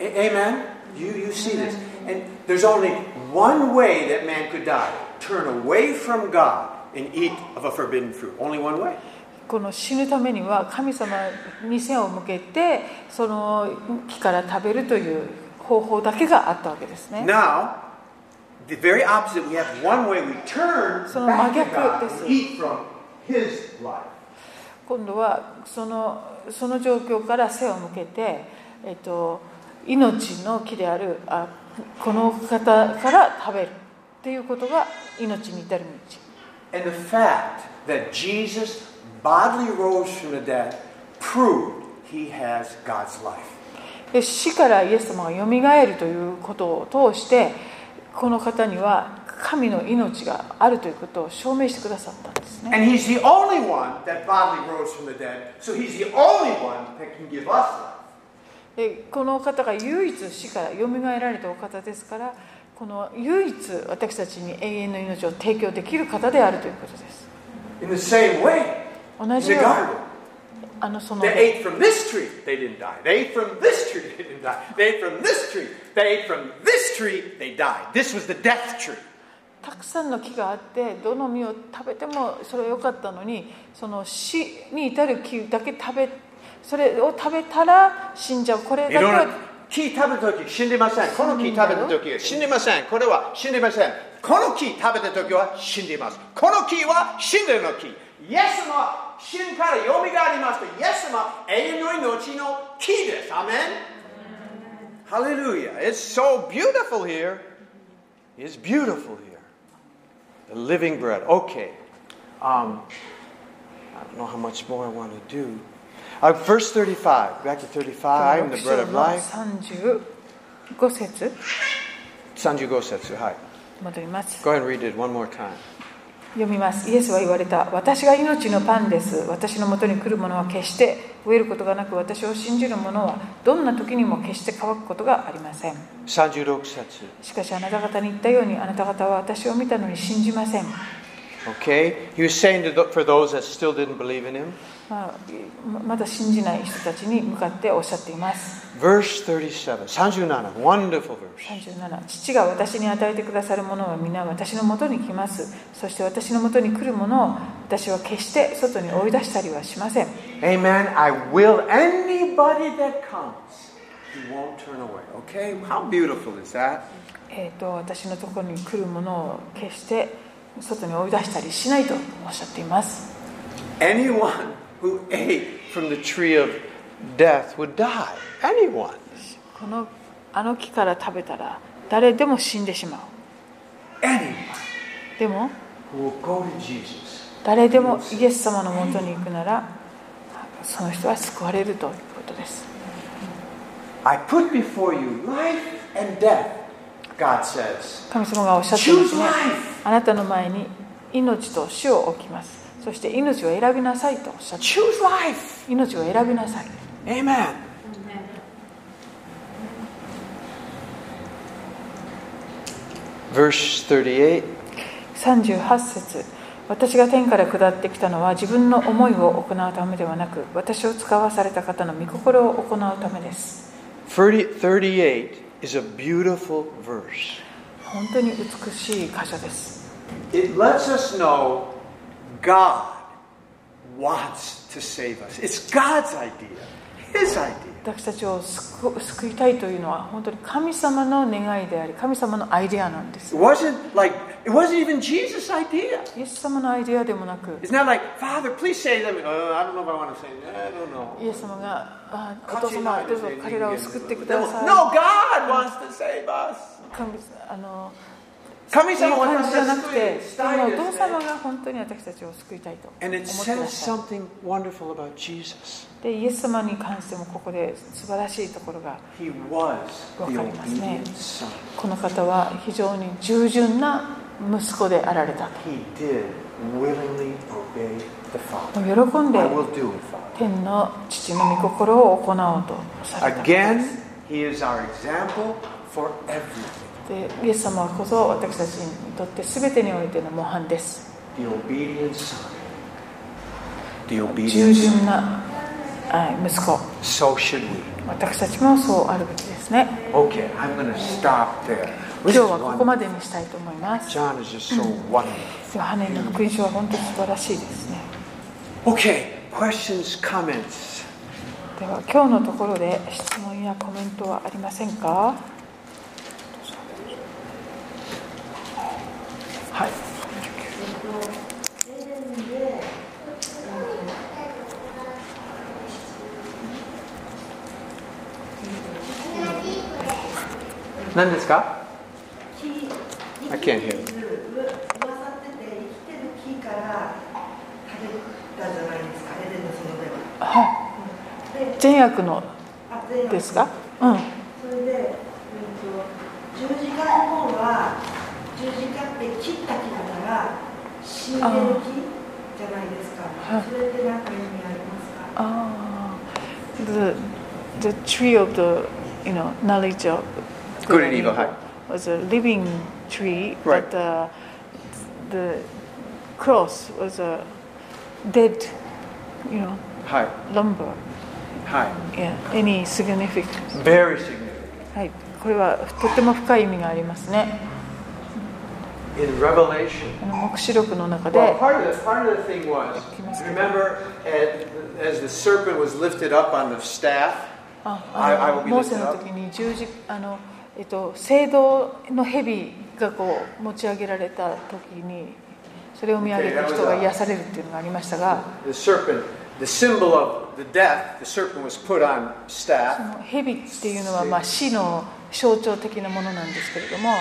Speaker 6: A- amen? You, you see this. And there's only one way that man could die turn away from God and eat of a forbidden fruit. Only one way.
Speaker 2: この死ぬためには神様に背を向けてその木から食べるという方法だけがあったわけですね
Speaker 6: Now, the very opposite, we have one way we turn
Speaker 2: So
Speaker 6: back
Speaker 2: 真
Speaker 6: to
Speaker 2: 逆
Speaker 6: God
Speaker 2: です。
Speaker 6: and eat from His life.
Speaker 2: 今度はそのその状況から背を向けて、えっと、命の木であるあこの方から食べるっていうことが命に至る道
Speaker 6: And the fact that Jesus bodily rose from the dead proved he has God's life.
Speaker 2: で死からイエス様がよみがえるということを通してこの方には神の命があるということを証明してくださったんですね
Speaker 6: And he's the only one that bodily rose from the dead, so he's the only one that can give us life.
Speaker 2: でこの方が唯一死からよみがえられたお方ですからこの唯一私たちに永遠の命を提供できる方であるということです
Speaker 6: In the same way,
Speaker 2: 同
Speaker 6: in
Speaker 2: じ
Speaker 6: the
Speaker 2: ように
Speaker 6: garden,
Speaker 2: あのその
Speaker 6: they ate from this tree, they didn't die. They ate from this tree, they didn't die. They ate from this tree, they ate from this tree, they died. This was the death tree.
Speaker 2: たくさんの木があってどの実を食べてもそれは良かったのにその死に至る木だけ食べそれを食べたら死んじゃうこれだけは
Speaker 6: Hmm. 木食べるとき死んでません。この木食べるときは死んでません。これは死んでません。この木は死んでの木。イエスの死んから蘇りますとイエスの永遠の命の木です。アメン。Hallelujah. It's so beautiful here. It's beautiful here. The living bread. Okay. Um, I don't know how much more I want to do. Uh, verse 35, back to 35, I am
Speaker 2: 6
Speaker 6: the bread
Speaker 2: 章
Speaker 6: of
Speaker 2: の
Speaker 6: life.
Speaker 2: 35節
Speaker 6: Sanjugo Setsu, hi.
Speaker 2: 戻ります。
Speaker 6: Go ahead and read it one more time.
Speaker 2: 読みますイエスは言われた私が命のパンです私のもとに来るものは決して飢えることがなく私を信じる者はどんな時にも決して乾くことがありません
Speaker 6: 36 Setsu.
Speaker 2: しかしあなた方に言ったようにあなた方は私を見たのに信じません
Speaker 6: Okay? He was saying to th- for those that still didn't believe in him.
Speaker 2: まあ、ままだ信じない人たちに向かっておっしゃっています。
Speaker 6: Verse 37, Sanjunana, wonderful verse.
Speaker 2: 37父が私に与えてくださるものは皆私のもとに来ます。そして私のもとに来るものを私は決して外に追い出したりはしません。
Speaker 6: Amen. I will anybody that comes. He won't turn away. Okay? How beautiful is that?
Speaker 2: えー、と私のところに来るものを決して外に追い出したりしないとおっしゃっています。
Speaker 6: Anyone who ate from the tree of death would die. Anyone.
Speaker 2: このあの木から食べたら誰でも死んでしまう
Speaker 6: Anyone
Speaker 2: でも
Speaker 6: who will go to Jesus
Speaker 2: 誰でもイエス様のもとに行くならその人は救われるということです
Speaker 1: I put before you life and death, God says.
Speaker 2: 神様がおっしゃっていますねあなたの前に命と死を置きますそして命を選びなさいとおっしゃってい
Speaker 1: Choose life.
Speaker 2: ます命を選びなさい
Speaker 1: Amen. Verse 38
Speaker 2: 38節私が天から下ってきたのは自分の思いを行うためではなく私を使わされた方の御心を行うためです
Speaker 1: 30, 38 is a beautiful verse.
Speaker 2: 本当に美しい箇所です
Speaker 1: It lets us know God wants to save us. It's God's idea, His idea.
Speaker 2: 私たちを救救いたいというのは本当に神様の願いであり神様のアイデアなんです
Speaker 1: It wasn't like, it wasn't even Jesus' idea.
Speaker 2: イエス様のアイデアでもなく
Speaker 1: It's not like, Father, please save them. Uh, I don't know if I want to say that. I don't know.
Speaker 2: イエス様があ「お父様どうぞ彼らを救ってください」
Speaker 1: No, God wants to save us.
Speaker 2: 神あの
Speaker 1: 神
Speaker 2: そうい
Speaker 1: 様
Speaker 2: う
Speaker 1: を
Speaker 2: 感
Speaker 1: 私
Speaker 2: じじゃ
Speaker 1: た
Speaker 2: な
Speaker 1: ち
Speaker 2: く
Speaker 1: と
Speaker 2: て
Speaker 1: し
Speaker 2: で
Speaker 1: たいで
Speaker 2: もお父
Speaker 1: すね
Speaker 2: 様が本当に私たちを救いたいと思っ
Speaker 1: And it
Speaker 2: てくだ
Speaker 1: says
Speaker 2: さい
Speaker 1: something wonderful about Jesus.
Speaker 2: でイエス様に関してもここで素晴らしいところが
Speaker 1: He was the
Speaker 2: わかりますね。
Speaker 1: obedient son.
Speaker 2: この方は非常に従順な息子であられた
Speaker 1: He did willingly obey the Father.
Speaker 2: ともう喜ん
Speaker 1: I
Speaker 2: で
Speaker 1: will do it, Father.
Speaker 2: 天の父の御心を行おうとされた
Speaker 1: Again, He is our example for everything.
Speaker 2: でイエス様こそ私たちにとって全てにおいての模範です
Speaker 1: The obedient son. The
Speaker 2: 従
Speaker 1: obedient son.
Speaker 2: 順なはい息子
Speaker 1: So should we.
Speaker 2: 私たちもそうあるべきですね
Speaker 1: Okay, I'm going to stop there.
Speaker 2: 今
Speaker 1: This
Speaker 2: 日
Speaker 1: is
Speaker 2: はここま
Speaker 1: wonderful.
Speaker 2: でにしたいと思います
Speaker 1: John is just so wonderful.
Speaker 2: ヨハネの福音書は本当に素晴らしいですね
Speaker 1: Okay, questions, comments.
Speaker 2: では今日のところで質問やコメントはありませんかはい
Speaker 5: エデンで、
Speaker 1: 何ですか
Speaker 5: 木生き
Speaker 1: I
Speaker 5: て
Speaker 1: can't
Speaker 5: い
Speaker 1: hear
Speaker 5: る噂ってて生きてる木から食べたじゃないですかエデンの園では。
Speaker 2: は
Speaker 5: で
Speaker 2: い善悪の
Speaker 5: あで
Speaker 2: ですかうん
Speaker 5: それで、うん、と十字架の方は十字架って切った木だから死んでる木じゃないですか
Speaker 2: はい
Speaker 5: それって何か意味ありますか
Speaker 2: ああ the, the tree of the you know knowledge of
Speaker 1: Good and evil, はい
Speaker 2: was a living tree
Speaker 1: Right.
Speaker 2: but the, the cross was a dead you know
Speaker 1: はい、
Speaker 2: lumber
Speaker 1: はい。
Speaker 2: yeah any significance
Speaker 1: Very significant.
Speaker 2: はい、これはとても深い意味がありますね。
Speaker 1: In Revelation,
Speaker 2: あの黙示録の中
Speaker 1: Well,
Speaker 2: で、
Speaker 1: part of the part of the thing was remember as, as the serpent was lifted up on the staff.
Speaker 2: あ
Speaker 1: I- I
Speaker 2: あ
Speaker 1: will
Speaker 2: の
Speaker 1: be
Speaker 2: モーセ
Speaker 1: lifted
Speaker 2: の
Speaker 1: up.
Speaker 2: 時に十字あのえっと聖堂の蛇がこう持ち上げられた時に、それを見上げた人が癒されるっていうのがありましたが、
Speaker 1: The serpent, the symbol of the death, the serpent was put on
Speaker 2: そ
Speaker 1: staff,
Speaker 2: の蛇っていうのはまあ死の象徴的なものなんですけれども、
Speaker 1: and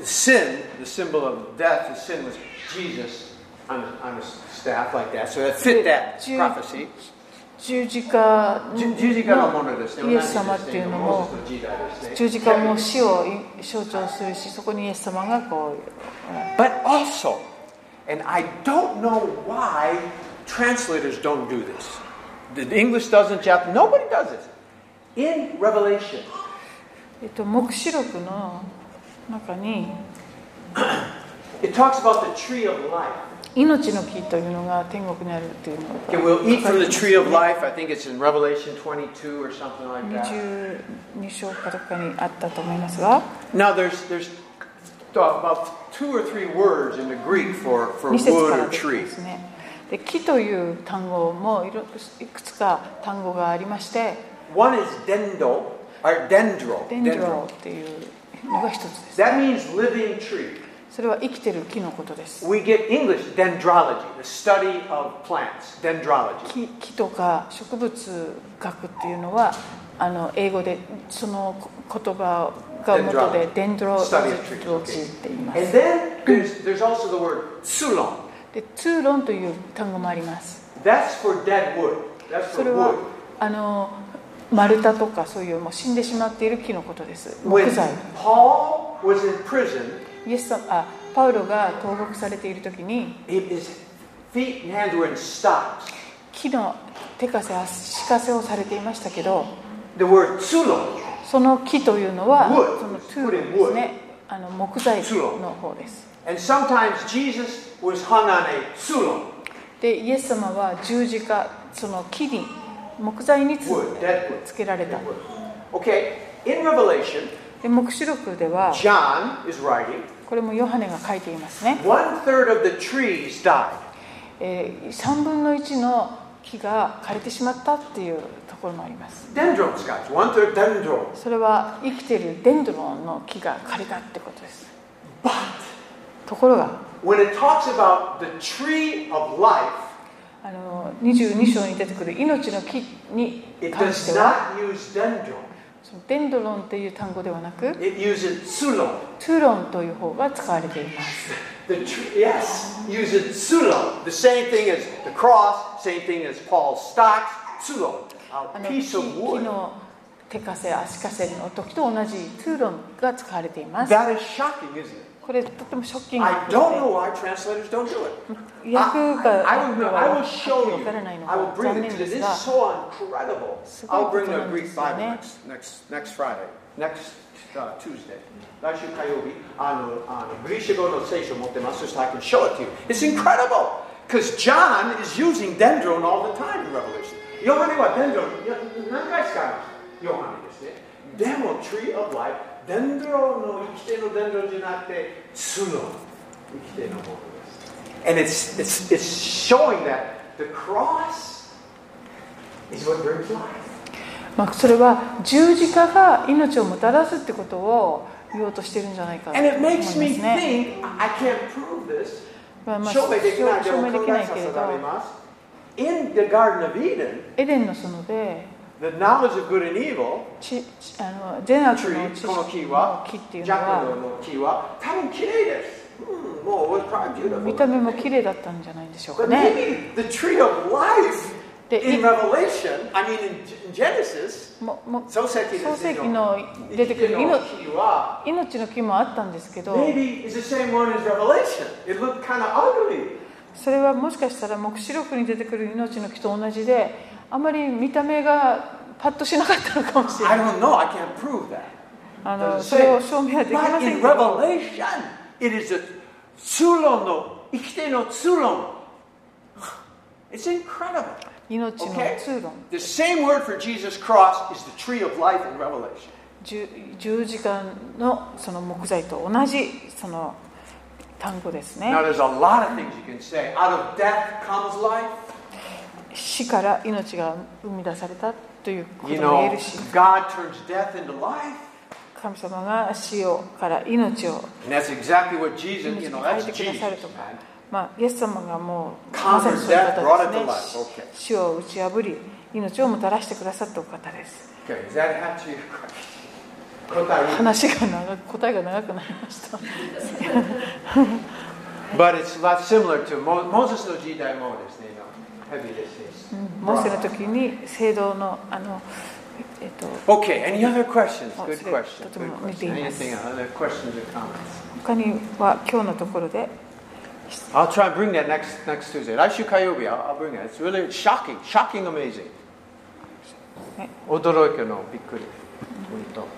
Speaker 1: the sin, the symbol of death, the sin was Jesus on a, on a staff like that. So that fit that
Speaker 2: Ju-
Speaker 1: prophecy.
Speaker 2: 十字架の
Speaker 1: 十十字架のものですね。
Speaker 2: イエス様っていうのも。
Speaker 1: 同じですね
Speaker 2: 十字架も死を象徴するし、そこにイエス様がこう。
Speaker 1: But also, and I don't know why translators don't do this. The English doesn't, Japanese, nobody does it. In Revelation,
Speaker 2: えっと、黙示録の中に
Speaker 1: it talks about the tree of life.
Speaker 2: 命の木というのが天国にあるというの
Speaker 1: Okay,
Speaker 2: が
Speaker 1: we'll eat from the tree of life. I think it's in Revelation 22 or something like that.
Speaker 2: 22章かどっかにあったと思いますが
Speaker 1: Now, there's, there's about two or three words in the Greek for, for
Speaker 2: 2節か
Speaker 1: wood
Speaker 2: ら
Speaker 1: or
Speaker 2: 出て
Speaker 1: tree.
Speaker 2: ですねで木という単語もいろいくつか単語がありまして
Speaker 1: One is dendo, or dendro.
Speaker 2: デンジローっていうのが一つです
Speaker 1: That means living tree.
Speaker 2: それは生きてる木のことです
Speaker 1: We get English dendrology, the study of plants, dendrology.
Speaker 2: 木木とか植物学っていうのはあの英語でその言葉が元でデンドロロジッチって言います
Speaker 1: And then there's, there's also the word tsulon.
Speaker 2: で通論という単語もあります
Speaker 1: That's for dead wood. That's
Speaker 2: そ
Speaker 1: for
Speaker 2: れは
Speaker 1: wood.
Speaker 2: あの丸太とかそういうもう死んでしまっている木のことです
Speaker 1: When
Speaker 2: 木材
Speaker 1: Paul was in prison,
Speaker 2: イエス様あパウロが投獄されている時に
Speaker 1: it, his feet and hands were in stocks.
Speaker 2: 木の手かせ足かせをされていましたけど
Speaker 1: The word tsulon.
Speaker 2: その木というのは
Speaker 1: Wood.
Speaker 2: そのトゥーロンですねあの木材の方です
Speaker 1: And sometimes Jesus was hung on a tsulon,
Speaker 2: でイエス様は十字架その木に木材につ
Speaker 1: wood, dead wood.
Speaker 2: つけられた
Speaker 1: Dead wood. Okay, in Revelation,
Speaker 2: で黙示録では
Speaker 1: John is writing,
Speaker 2: これもヨハネが書いていますね、
Speaker 1: one third of the trees died.
Speaker 2: え3分の1の木が枯れてしまったっていうところもあります
Speaker 1: Dendrons, guys, one third dendron.
Speaker 2: それは生きているデンドロンの木が枯れたってことです
Speaker 1: But
Speaker 2: ところが
Speaker 1: when it talks about the tree of life,
Speaker 2: あの22章に出てくる命の木に
Speaker 1: it
Speaker 2: 関し
Speaker 1: does
Speaker 2: ては
Speaker 1: not use dendron.
Speaker 2: そのデンドロンっていう単語ではなく
Speaker 1: It uses tsulon.
Speaker 2: トゥーロンという方が使われています
Speaker 1: The tree, yes, uses tsulon. The same thing as the cross, same thing as Paul's stocks, tsulon.
Speaker 2: あ
Speaker 1: A
Speaker 2: の木
Speaker 1: piece
Speaker 2: 木
Speaker 1: of wood.
Speaker 2: の手かせ足かせの時と同じトゥーロンが使われています
Speaker 1: That is shocking, isn't it?
Speaker 2: これとてもショッキングな
Speaker 1: I
Speaker 2: こ
Speaker 1: don't know
Speaker 2: と
Speaker 1: why translators don't do it. I,
Speaker 2: で訳が
Speaker 1: will,
Speaker 2: 訳
Speaker 1: I will
Speaker 2: が
Speaker 1: show
Speaker 2: わ
Speaker 1: you.
Speaker 2: からないの
Speaker 1: I will
Speaker 2: が
Speaker 1: bring
Speaker 2: 残
Speaker 1: it
Speaker 2: 念
Speaker 1: to you.
Speaker 2: です
Speaker 1: This
Speaker 2: が
Speaker 1: is so incredible.
Speaker 2: すごいこと
Speaker 1: I'll bring the
Speaker 2: なんで
Speaker 1: Greek
Speaker 2: すよ
Speaker 1: Bible
Speaker 2: ね
Speaker 1: next, next, next Friday, next uh, Tuesday. 来週火曜日あのあのグリシャ語の聖書を持ってます。そして I can show it to you. It's incredible! Because John is using dendron all the time in Revelation. ヨハネは dendron いや何回使いますヨハネですね。でも Tree of Life、デンドロンの生きてのデンドロンじゃなくて、ツロン、生きてのものです。And it's, it's, it's showing that the cross is what brings life.
Speaker 2: まあ、それは十字架が命をもたらすってことを言おうとしてるんじゃないかと
Speaker 1: And
Speaker 2: 思い
Speaker 1: it makes
Speaker 2: ます
Speaker 1: me
Speaker 2: ね。
Speaker 1: think, I I can't prove this.
Speaker 2: まあまあ、証
Speaker 1: 証明
Speaker 2: 明で
Speaker 1: で
Speaker 2: き
Speaker 1: きない、でも考
Speaker 2: な
Speaker 1: え
Speaker 2: い
Speaker 1: さ
Speaker 2: けれ
Speaker 1: せ
Speaker 2: ど
Speaker 1: られ、ます。In the Garden of Eden,
Speaker 2: エデンの園で
Speaker 1: the knowledge of good and evil,
Speaker 2: ちあの善悪の
Speaker 1: tree,
Speaker 2: 知
Speaker 1: この
Speaker 2: 識
Speaker 1: 木
Speaker 2: の
Speaker 1: は、
Speaker 2: 木っていう
Speaker 1: ジ
Speaker 2: の
Speaker 1: ャック
Speaker 2: は
Speaker 1: の木は、多分綺麗です。うん、もう、probably beautiful.
Speaker 2: 見た目も綺麗だったんじゃないでしょうか
Speaker 1: But
Speaker 2: ね。
Speaker 1: maybe the tree of life
Speaker 2: で、い
Speaker 1: in Revelation, I mean in G- in Genesis,
Speaker 2: もも
Speaker 1: 創世記
Speaker 2: 創
Speaker 1: です
Speaker 2: 世
Speaker 1: ね
Speaker 2: 紀の出てくる命
Speaker 1: 生きての木は
Speaker 2: 命の木もあったんですけど、
Speaker 1: maybe it's the same one as Revelation. It looked kind of ugly.
Speaker 2: それはもしかしたら黙示録に出てくる命の木と同じで、あまり見た目がパッとしなかったのかもしれな
Speaker 1: I
Speaker 2: い。
Speaker 1: don't know. I can't prove that.
Speaker 2: あ
Speaker 1: Doesn't
Speaker 2: の
Speaker 1: say.
Speaker 2: それを証明はできま
Speaker 1: But
Speaker 2: せ
Speaker 1: in
Speaker 2: んけど。
Speaker 1: Revelation, it is a 通論の生きての通論。It's incredible.
Speaker 2: 命の
Speaker 1: Okay?
Speaker 2: 通論
Speaker 1: The same word for Jesus' cross is the tree of life in Revelation.
Speaker 2: 十十字架のその木材と同じその単語ですね
Speaker 1: Now, there's a lot of things you can say. Out of death comes life.
Speaker 2: 死から命が生み出されたということ
Speaker 1: You
Speaker 2: も言え
Speaker 1: know,
Speaker 2: るし
Speaker 1: God turns death into life.
Speaker 2: 神様が死をから命を
Speaker 1: And that's exactly what Jesus, you know,
Speaker 2: 変え
Speaker 1: that's
Speaker 2: てくだ
Speaker 1: Jesus,
Speaker 2: さるとか
Speaker 1: man.、
Speaker 2: まあ、イエス様がもう
Speaker 1: Conquered
Speaker 2: まさにそういう
Speaker 1: death,
Speaker 2: 方
Speaker 1: brought it to
Speaker 2: ですね
Speaker 1: life. Okay.
Speaker 2: 死を打ち破り命をもたらしてくださったお方です
Speaker 1: Okay, does that answer your question? 答えは-
Speaker 2: 話が長く答えが長くなりました
Speaker 1: But it's a lot similar to Mo- Moses の時代もですね、heavy
Speaker 2: モーセの時に聖堂のあのえっと
Speaker 1: Okay, any other questions?
Speaker 2: あ、
Speaker 1: Good
Speaker 2: それ、
Speaker 1: question.
Speaker 2: とても
Speaker 1: Good
Speaker 2: 似ています。
Speaker 1: question. Anything, other questions or comments?
Speaker 2: 他には今日のところで
Speaker 1: I'll try and bring that next, next Tuesday. 来週火曜日、I'll, I'll bring it. It's really shocking, shocking amazing.
Speaker 2: はい。
Speaker 1: 驚きのびっくり。本当。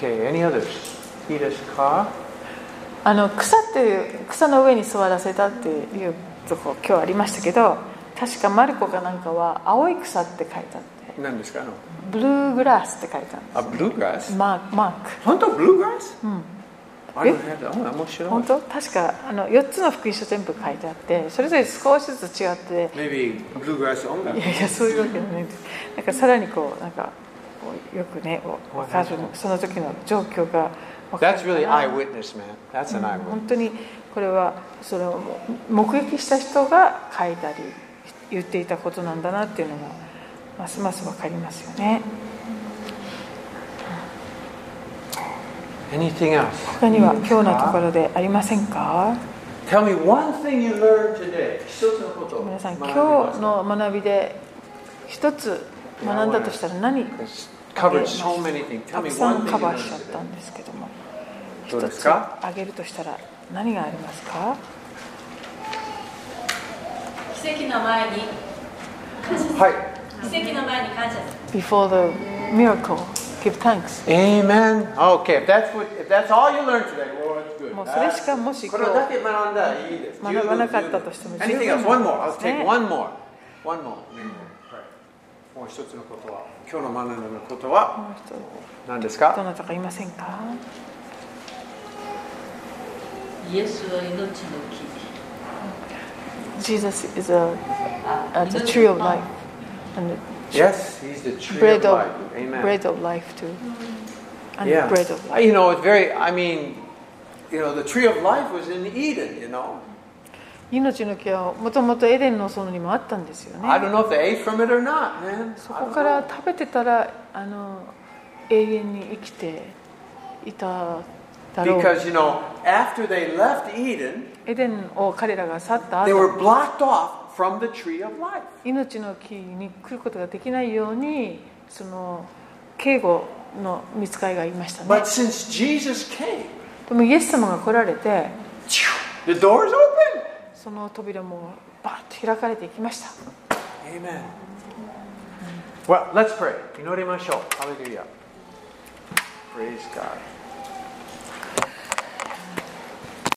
Speaker 1: Okay, any others? いいですか
Speaker 2: あの草っていう草の上に座らせたっていうとこ今日ありましたけど確かマルコかなんかは青い草って書いてあって
Speaker 1: 何ですかあの
Speaker 2: ブルーグラスって書いてあ
Speaker 1: あ、
Speaker 2: るんで
Speaker 1: ブルーグラ
Speaker 2: す
Speaker 1: ス
Speaker 2: マークマーク
Speaker 1: 本当ブルーグラス
Speaker 2: ん
Speaker 1: あれ面白い。
Speaker 2: 本当確かあの4つの福音書全部書いてあってそれぞれ少しずつ違って
Speaker 1: Maybe ブルーグラス音楽
Speaker 2: い。やいやそういうわけじゃないんですなんかさらにこうなんかこうよくね分かるその時の状況が分かる
Speaker 1: That's really eyewitness, man. That's an
Speaker 2: 本
Speaker 1: eyewitness.
Speaker 2: 当にこれはそれを目撃した人が書いたり言っていたことなんだなっていうのがますます分かりますよね
Speaker 6: Anything else?
Speaker 2: 他には今日のところでありませんか
Speaker 6: Tell me one thing you learned today.
Speaker 2: 皆さん今日
Speaker 6: 学びました。
Speaker 2: の学びで一つ学んだとしたら何
Speaker 6: It's covered so many things.
Speaker 2: た
Speaker 6: Tell me
Speaker 2: くさ
Speaker 6: one
Speaker 2: ん
Speaker 6: thing
Speaker 2: カ
Speaker 6: you
Speaker 2: バー
Speaker 6: learned
Speaker 2: しちゃった
Speaker 6: today.
Speaker 2: んですけども
Speaker 6: どう
Speaker 2: 一
Speaker 6: で
Speaker 2: つ
Speaker 6: すか
Speaker 2: 挙げるとしたら何がありますか
Speaker 7: 奇跡の前に
Speaker 6: はい。
Speaker 7: 奇跡の前に感謝する
Speaker 2: Before the miracle, give thanks
Speaker 6: Amen. Okay, if that's what, if that's all you learned today, well, it's good.
Speaker 2: もうそれしかもし今日
Speaker 6: これだけ学んだらいいです。
Speaker 2: 学ばなかったとしても十分
Speaker 6: Anything else? One more. I'll
Speaker 2: ね
Speaker 6: take one more. One more. Right. もう一つのことは、今日の学んだことは
Speaker 2: もう一つど
Speaker 6: 何ですか
Speaker 2: なたかいませんか
Speaker 8: イエスは命の木
Speaker 2: Jesus is a, as a tree of life and
Speaker 6: Yes, he's the tree
Speaker 2: bread
Speaker 6: of
Speaker 2: of,
Speaker 6: life. Amen.
Speaker 2: bread of life too and
Speaker 6: yeah.
Speaker 2: bread of life
Speaker 6: You know, it's very, I mean, you know, the tree of life was in Eden, you know.
Speaker 2: 命の木はもともとエデンの園にもあったんですよ
Speaker 6: I
Speaker 2: ね
Speaker 6: don't know if they ate from it or not, man.
Speaker 2: そ
Speaker 6: I
Speaker 2: こ
Speaker 6: don't
Speaker 2: か
Speaker 6: know.
Speaker 2: ら食べてたらあの永遠に生きていただろう
Speaker 6: Because, you know, after they left Eden,
Speaker 2: エデンを彼らが去った
Speaker 6: they
Speaker 2: 後
Speaker 6: were blocked off from the tree of life.
Speaker 2: 命の木に来ることができないようにその警護の見つかりがいましたね
Speaker 6: But since Jesus came,
Speaker 2: でもイエス様が来られて
Speaker 6: the doors open.
Speaker 2: その扉もバーッと開かれていきました
Speaker 6: Amen. Well, let's pray. 祈りましょう。Hallelujah. Praise God.